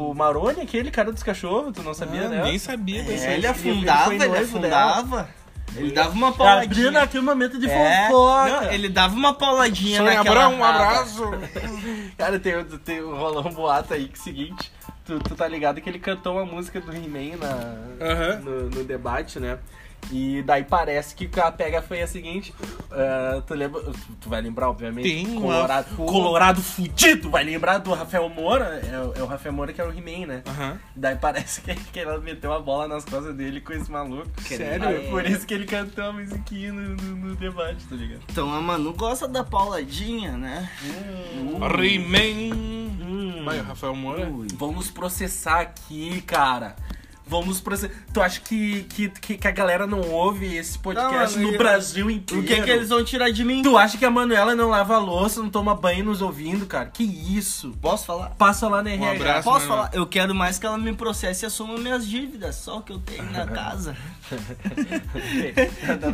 [SPEAKER 4] O Maroni, aquele cara dos cachorros, tu não sabia,
[SPEAKER 2] Ah,
[SPEAKER 4] né?
[SPEAKER 2] Nem sabia desse
[SPEAKER 3] É, ele
[SPEAKER 4] Ele
[SPEAKER 3] afundava,
[SPEAKER 4] foi
[SPEAKER 3] ele,
[SPEAKER 4] noivo dela.
[SPEAKER 3] afundava. Ele dava uma
[SPEAKER 4] Abrindo
[SPEAKER 3] pauladinha.
[SPEAKER 4] aqui um momento de
[SPEAKER 3] É.
[SPEAKER 4] fofoca.
[SPEAKER 3] Não, ele dava uma pauladinha
[SPEAKER 2] Sônia
[SPEAKER 3] naquela
[SPEAKER 2] Abrão, um
[SPEAKER 3] raba.
[SPEAKER 2] abraço.
[SPEAKER 4] Cara, tem, tem, rolou um boato aí que é o seguinte, tu, tu tá ligado que ele cantou uma música do He-Man na-
[SPEAKER 2] Aham.
[SPEAKER 4] no, no debate, né? E daí parece que a pega foi a seguinte, ah, tu lembra, tu vai lembrar, obviamente,
[SPEAKER 2] Tem uma
[SPEAKER 4] um Colorado,
[SPEAKER 2] foto.
[SPEAKER 4] Colorado fudido, vai lembrar do Rafael Moura, é, o- é o Rafael Moura que era o He-Man, né?
[SPEAKER 2] Aham.
[SPEAKER 4] Daí parece que, que ela meteu a bola nas costas dele com esse maluco.
[SPEAKER 2] Sério?
[SPEAKER 4] Aí, por isso que ele cantou a musiquinha no, no- no debate, tá ligado?
[SPEAKER 3] Então a Manu gosta da pauladinha, né?
[SPEAKER 2] He-Man.
[SPEAKER 4] Hum.
[SPEAKER 2] Vai, o Rafael Moura.
[SPEAKER 4] Vamos processar aqui, cara. Vamos processar. Tu acha que, que, que, que a galera não ouve esse podcast
[SPEAKER 3] Não,
[SPEAKER 4] no
[SPEAKER 3] eu-
[SPEAKER 4] Brasil
[SPEAKER 3] O
[SPEAKER 4] inteiro?
[SPEAKER 3] que, que eles vão tirar de mim?
[SPEAKER 4] Tu acha que a Manuela não lava a louça, não toma banho nos ouvindo, cara? Que isso?
[SPEAKER 3] Posso falar?
[SPEAKER 4] Passa lá na RH.
[SPEAKER 2] abraço.
[SPEAKER 3] Posso
[SPEAKER 2] Manu.
[SPEAKER 3] falar? Eu quero mais que ela me processe e assuma minhas dívidas, só o que eu tenho na casa.
[SPEAKER 4] (laughs)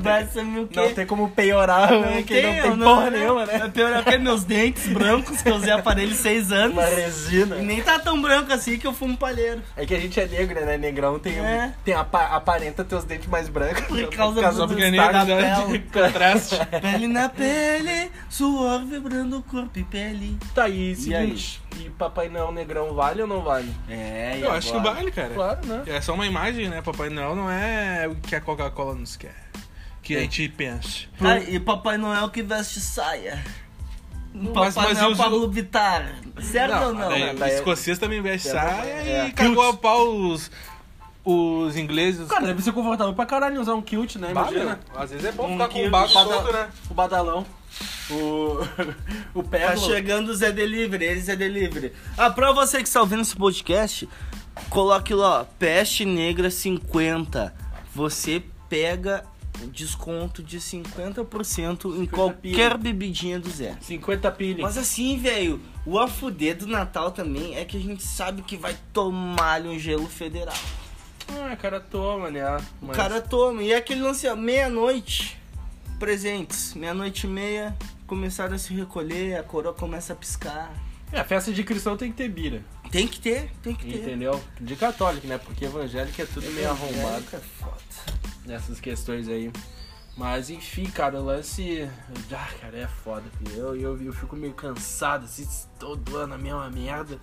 [SPEAKER 3] Vai assumir o quê?
[SPEAKER 4] Não tem como peiorar, né? Que não tem porra nenhuma, né?
[SPEAKER 3] É pior que meus dentes brancos, que eu usei aparelho seis anos.
[SPEAKER 4] (laughs) Uma resina.
[SPEAKER 3] E nem tá tão branco assim que eu fumo palheiro.
[SPEAKER 4] É que a gente é negro, né? Negrão tem,
[SPEAKER 3] É.
[SPEAKER 4] tem apa- aparenta teus dentes mais brancos.
[SPEAKER 3] Por causa
[SPEAKER 2] Só
[SPEAKER 3] do-
[SPEAKER 2] porque nem
[SPEAKER 3] Tá
[SPEAKER 2] dá
[SPEAKER 3] na
[SPEAKER 2] de (laughs) contraste.
[SPEAKER 3] Pele na pele, suor vibrando o corpo e pele.
[SPEAKER 4] Tá aí,
[SPEAKER 3] aí?
[SPEAKER 4] seguinte. E, Papai Noel Negrão vale ou não vale?
[SPEAKER 3] É,
[SPEAKER 2] Eu acho que vale, cara.
[SPEAKER 4] Claro, né?
[SPEAKER 2] É só uma imagem, né? Papai Noel não é o que a Coca-Cola nos quer. Que a gente pensa.
[SPEAKER 3] Ah, e Papai Noel que veste saia.
[SPEAKER 2] Mas-
[SPEAKER 3] Papai
[SPEAKER 2] mas
[SPEAKER 3] Noel
[SPEAKER 2] eu-
[SPEAKER 3] Pablo Vittar. Certo ou não?
[SPEAKER 2] Daí,
[SPEAKER 4] né? Daí-
[SPEAKER 2] o escocês também veste
[SPEAKER 4] É,
[SPEAKER 2] saia
[SPEAKER 4] é.
[SPEAKER 2] e cagou a pau os, os ingleses.
[SPEAKER 4] Cara, deve ser confortável pra caralho usar um kilt, né?
[SPEAKER 2] Bah,
[SPEAKER 4] Imagina.
[SPEAKER 2] meu, Às vezes é bom
[SPEAKER 3] Um
[SPEAKER 2] ficar com
[SPEAKER 3] quilo
[SPEAKER 2] o bago
[SPEAKER 3] de
[SPEAKER 2] todo, né?
[SPEAKER 4] O badalão. O. o (laughs)
[SPEAKER 3] Tá
[SPEAKER 4] Pérola.
[SPEAKER 3] chegando o Zé Delivery, ele Zé Delivery. Ah, pra você que está ouvindo esse podcast, coloque lá, ó, Peste Negra 50. Você pega desconto de 50% em qualquer
[SPEAKER 4] pila.
[SPEAKER 3] bebidinha do Zé.
[SPEAKER 4] 50 pilhas.
[SPEAKER 3] Mas assim, velho, o afudê do Natal também é que a gente sabe que vai tomar um gelo federal.
[SPEAKER 4] Ah, cara, toma, né?
[SPEAKER 3] O
[SPEAKER 4] Mas-
[SPEAKER 3] cara toma. E é aquele lance, ó, meia-noite, presentes. Meia-noite e meia, começaram a se recolher, a coroa começa a piscar.
[SPEAKER 4] É, a festa de cristão tem que ter bira.
[SPEAKER 3] Tem que ter, tem que ter.
[SPEAKER 4] Entendeu? De católico, né? Porque evangélico é tudo meio arrombado.
[SPEAKER 3] É foda.
[SPEAKER 4] nessas questões aí. Mas enfim, cara, o lance. Ah, cara, é foda. filho. Eu, eu, eu fico meio cansado, assim, todo ano a mesma merda.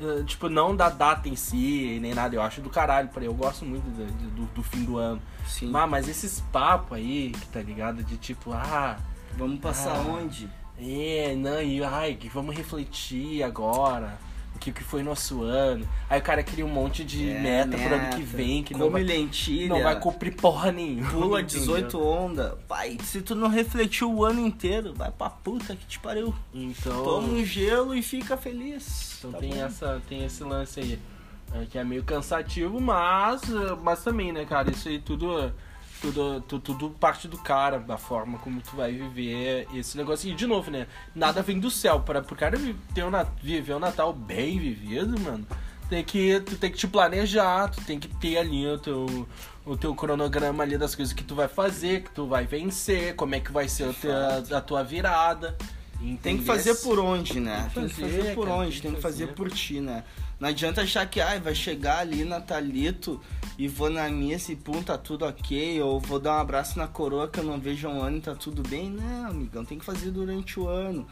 [SPEAKER 4] Eh, tipo, não da data em si, nem nada. Eu acho do caralho, pra eu gosto muito do, do, do fim do ano.
[SPEAKER 3] Sim.
[SPEAKER 4] Mas, mas esses papos aí, que tá ligado? De tipo, ah,
[SPEAKER 3] Vamos passar
[SPEAKER 4] Ah.
[SPEAKER 3] onde?
[SPEAKER 4] é, não, e ai, que vamos refletir agora. O que, que foi nosso ano? Aí o cara cria um monte de
[SPEAKER 3] É,
[SPEAKER 4] meta, pro ano
[SPEAKER 3] meta.
[SPEAKER 4] que vem, que não
[SPEAKER 3] Come
[SPEAKER 4] vai,
[SPEAKER 3] lentilha.
[SPEAKER 4] não vai cumprir porra nenhuma.
[SPEAKER 3] Pula
[SPEAKER 4] (laughs) entendeu?
[SPEAKER 3] 18 onda. Pai, se tu não refletiu o ano inteiro, vai pra puta que te pariu.
[SPEAKER 4] Então.
[SPEAKER 3] Toma um gelo e fica feliz.
[SPEAKER 4] Então
[SPEAKER 3] Tá
[SPEAKER 4] tem,
[SPEAKER 3] bom?
[SPEAKER 4] essa, tem esse lance aí. é, que é meio cansativo, mas, eh, mas também, né, cara? Isso aí tudo, eh, tudo, tu- tudo, parte do cara, da forma como tu vai viver esse negócio. E de novo, né? Nada vem do céu. Para pro cara vi- ter o Nat- viver o Natal bem vivido, mano. Tem que, tu tem que te planejar, tu tem que ter ali o teu, o teu cronograma ali das coisas que tu vai fazer, que tu vai vencer, como é que vai ser o teu- a tua virada,
[SPEAKER 3] Tem que
[SPEAKER 4] Entendesse?
[SPEAKER 3] fazer por onde, né? Tem
[SPEAKER 4] Tem
[SPEAKER 3] que
[SPEAKER 4] que
[SPEAKER 3] fazer
[SPEAKER 4] fazer,
[SPEAKER 3] por
[SPEAKER 4] cara,
[SPEAKER 3] onde, tem que fazer por ti, né? Não adianta achar que ai vai chegar ali na Thalito e vou na missa e pum, tá tudo ok, ou vou dar um abraço na coroa que eu não vejo há um ano e tá tudo bem. Não, amigão, tem que fazer durante o ano.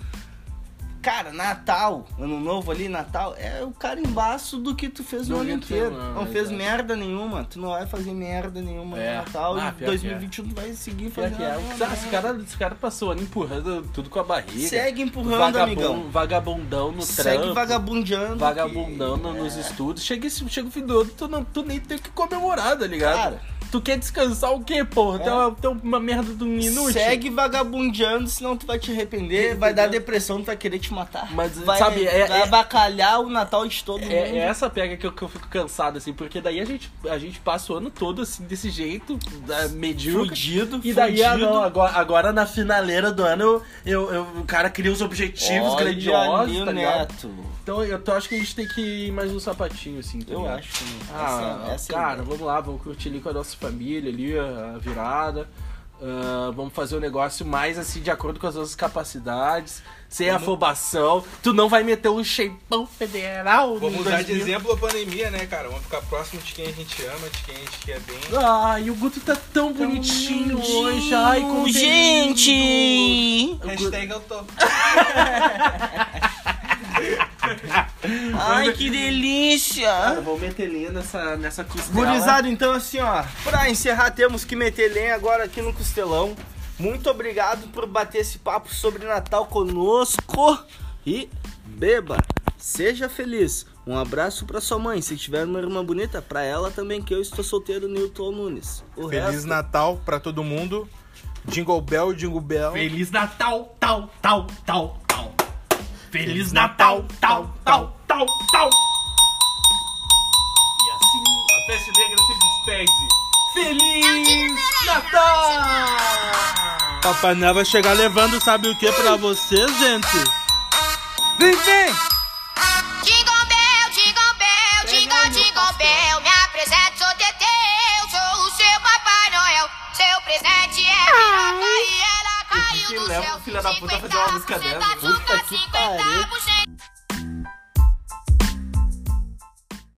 [SPEAKER 3] Cara, Natal, ano novo ali, Natal, é o carimbaço do que tu fez no
[SPEAKER 4] Do
[SPEAKER 3] ano
[SPEAKER 4] que tu fez
[SPEAKER 3] inteiro.
[SPEAKER 4] no ano,
[SPEAKER 3] Não fez
[SPEAKER 4] exato.
[SPEAKER 3] merda nenhuma, tu não vai fazer merda nenhuma
[SPEAKER 4] É.
[SPEAKER 3] no Natal
[SPEAKER 4] Ah,
[SPEAKER 3] e
[SPEAKER 4] pior que é.
[SPEAKER 3] 2021 tu vai seguir
[SPEAKER 4] Pior
[SPEAKER 3] fazendo.
[SPEAKER 4] que é.
[SPEAKER 3] a mesma
[SPEAKER 4] Ah, esse,
[SPEAKER 3] merda.
[SPEAKER 4] cara, esse cara passou o ano empurrando tudo com a barriga.
[SPEAKER 3] Segue empurrando,
[SPEAKER 4] Vagabundo-
[SPEAKER 3] amigão.
[SPEAKER 4] Vagabundão no
[SPEAKER 3] Segue
[SPEAKER 4] trampo.
[SPEAKER 3] vagabundeando.
[SPEAKER 4] Vagabundão
[SPEAKER 3] que-
[SPEAKER 4] no- nos estudos. Chega, esse- chega o fim do ano, tu, não, tu nem tem o que comemorar, tá ligado?
[SPEAKER 3] Cara. É.
[SPEAKER 4] tu quer descansar o quê, porra? Tem, uma, tem uma merda de um inútil.
[SPEAKER 3] Segue vagabundeando, senão tu vai te arrepender,
[SPEAKER 4] Entendeu?
[SPEAKER 3] vai dar depressão, tu vai querer te matar.
[SPEAKER 4] Mas,
[SPEAKER 3] vai,
[SPEAKER 4] sabe, é-
[SPEAKER 3] vai
[SPEAKER 4] é-
[SPEAKER 3] abacalhar o Natal de todo
[SPEAKER 4] É, é
[SPEAKER 3] mundo.
[SPEAKER 4] essa pega que eu, que eu fico cansado, assim, porque daí a gente, a gente passa o ano todo, assim, desse jeito, da, medíocre.
[SPEAKER 3] Fudido,
[SPEAKER 4] E daí, ah,
[SPEAKER 3] fudido.
[SPEAKER 4] não, agora, agora na finaleira do ano, eu, eu, eu- o cara cria os objetivos
[SPEAKER 3] Olha né, ali
[SPEAKER 4] grandiosos,
[SPEAKER 3] o
[SPEAKER 4] tá ligado?
[SPEAKER 3] Neto.
[SPEAKER 4] Então eu tô- acho que a gente tem que ir mais um sapatinho, assim, tá
[SPEAKER 3] Eu
[SPEAKER 4] ligado?
[SPEAKER 3] acho. né?
[SPEAKER 4] Ah,
[SPEAKER 3] essa, essa é a
[SPEAKER 4] cara,
[SPEAKER 3] ideia.
[SPEAKER 4] vamos lá, vamos curtir ali com a nossa família ali, a a virada. Ah, vamos fazer um negócio mais assim, de acordo com as nossas capacidades, sem afobação. Tu não vai meter um shapeão federal
[SPEAKER 2] Vamos
[SPEAKER 4] no
[SPEAKER 2] usar de
[SPEAKER 4] 2000.
[SPEAKER 2] exemplo a pandemia, né, cara? Vamos ficar próximo de quem a gente ama, de quem a gente quer bem.
[SPEAKER 4] Ah, e o Guto tá tão, bonitinho hoje. Ai, como tem lindo.
[SPEAKER 3] gente!
[SPEAKER 4] Eu-
[SPEAKER 2] Hashtag eu tô.
[SPEAKER 3] Ai, que delícia!
[SPEAKER 4] Cara, vou meter linha nessa, nessa costela.
[SPEAKER 3] Gurizada, então assim, ó, pra encerrar, temos que meter lenha agora aqui no Costelão. Muito obrigado por bater esse papo sobre Natal conosco. E beba, seja feliz. Um abraço pra sua mãe. Se tiver uma irmã bonita, pra ela também, que eu estou solteiro, Newton Nunes. O
[SPEAKER 2] Feliz
[SPEAKER 3] resto-
[SPEAKER 2] Natal pra todo mundo. Jingle Bell, Jingle Bell.
[SPEAKER 5] Feliz Natal, tal, tal, tal, tal. Feliz Natal, tal, tal, tal, tal. E assim a peste negra se despede. Feliz Natal!
[SPEAKER 2] Papai Noel vai chegar levando sabe o que pra vocês, gente?
[SPEAKER 3] Vem, vem!
[SPEAKER 1] Jingle bell, jingle bell, jingle, jingle bell. Me apresento, sou Teteu, sou o seu Papai Noel. Seu presente é piroca e ela
[SPEAKER 5] que
[SPEAKER 1] caiu do
[SPEAKER 5] leva
[SPEAKER 1] céu.
[SPEAKER 5] o filho da puta a fazer uma música dessa?
[SPEAKER 1] açúcar,
[SPEAKER 3] Puta que pariu.
[SPEAKER 1] 50%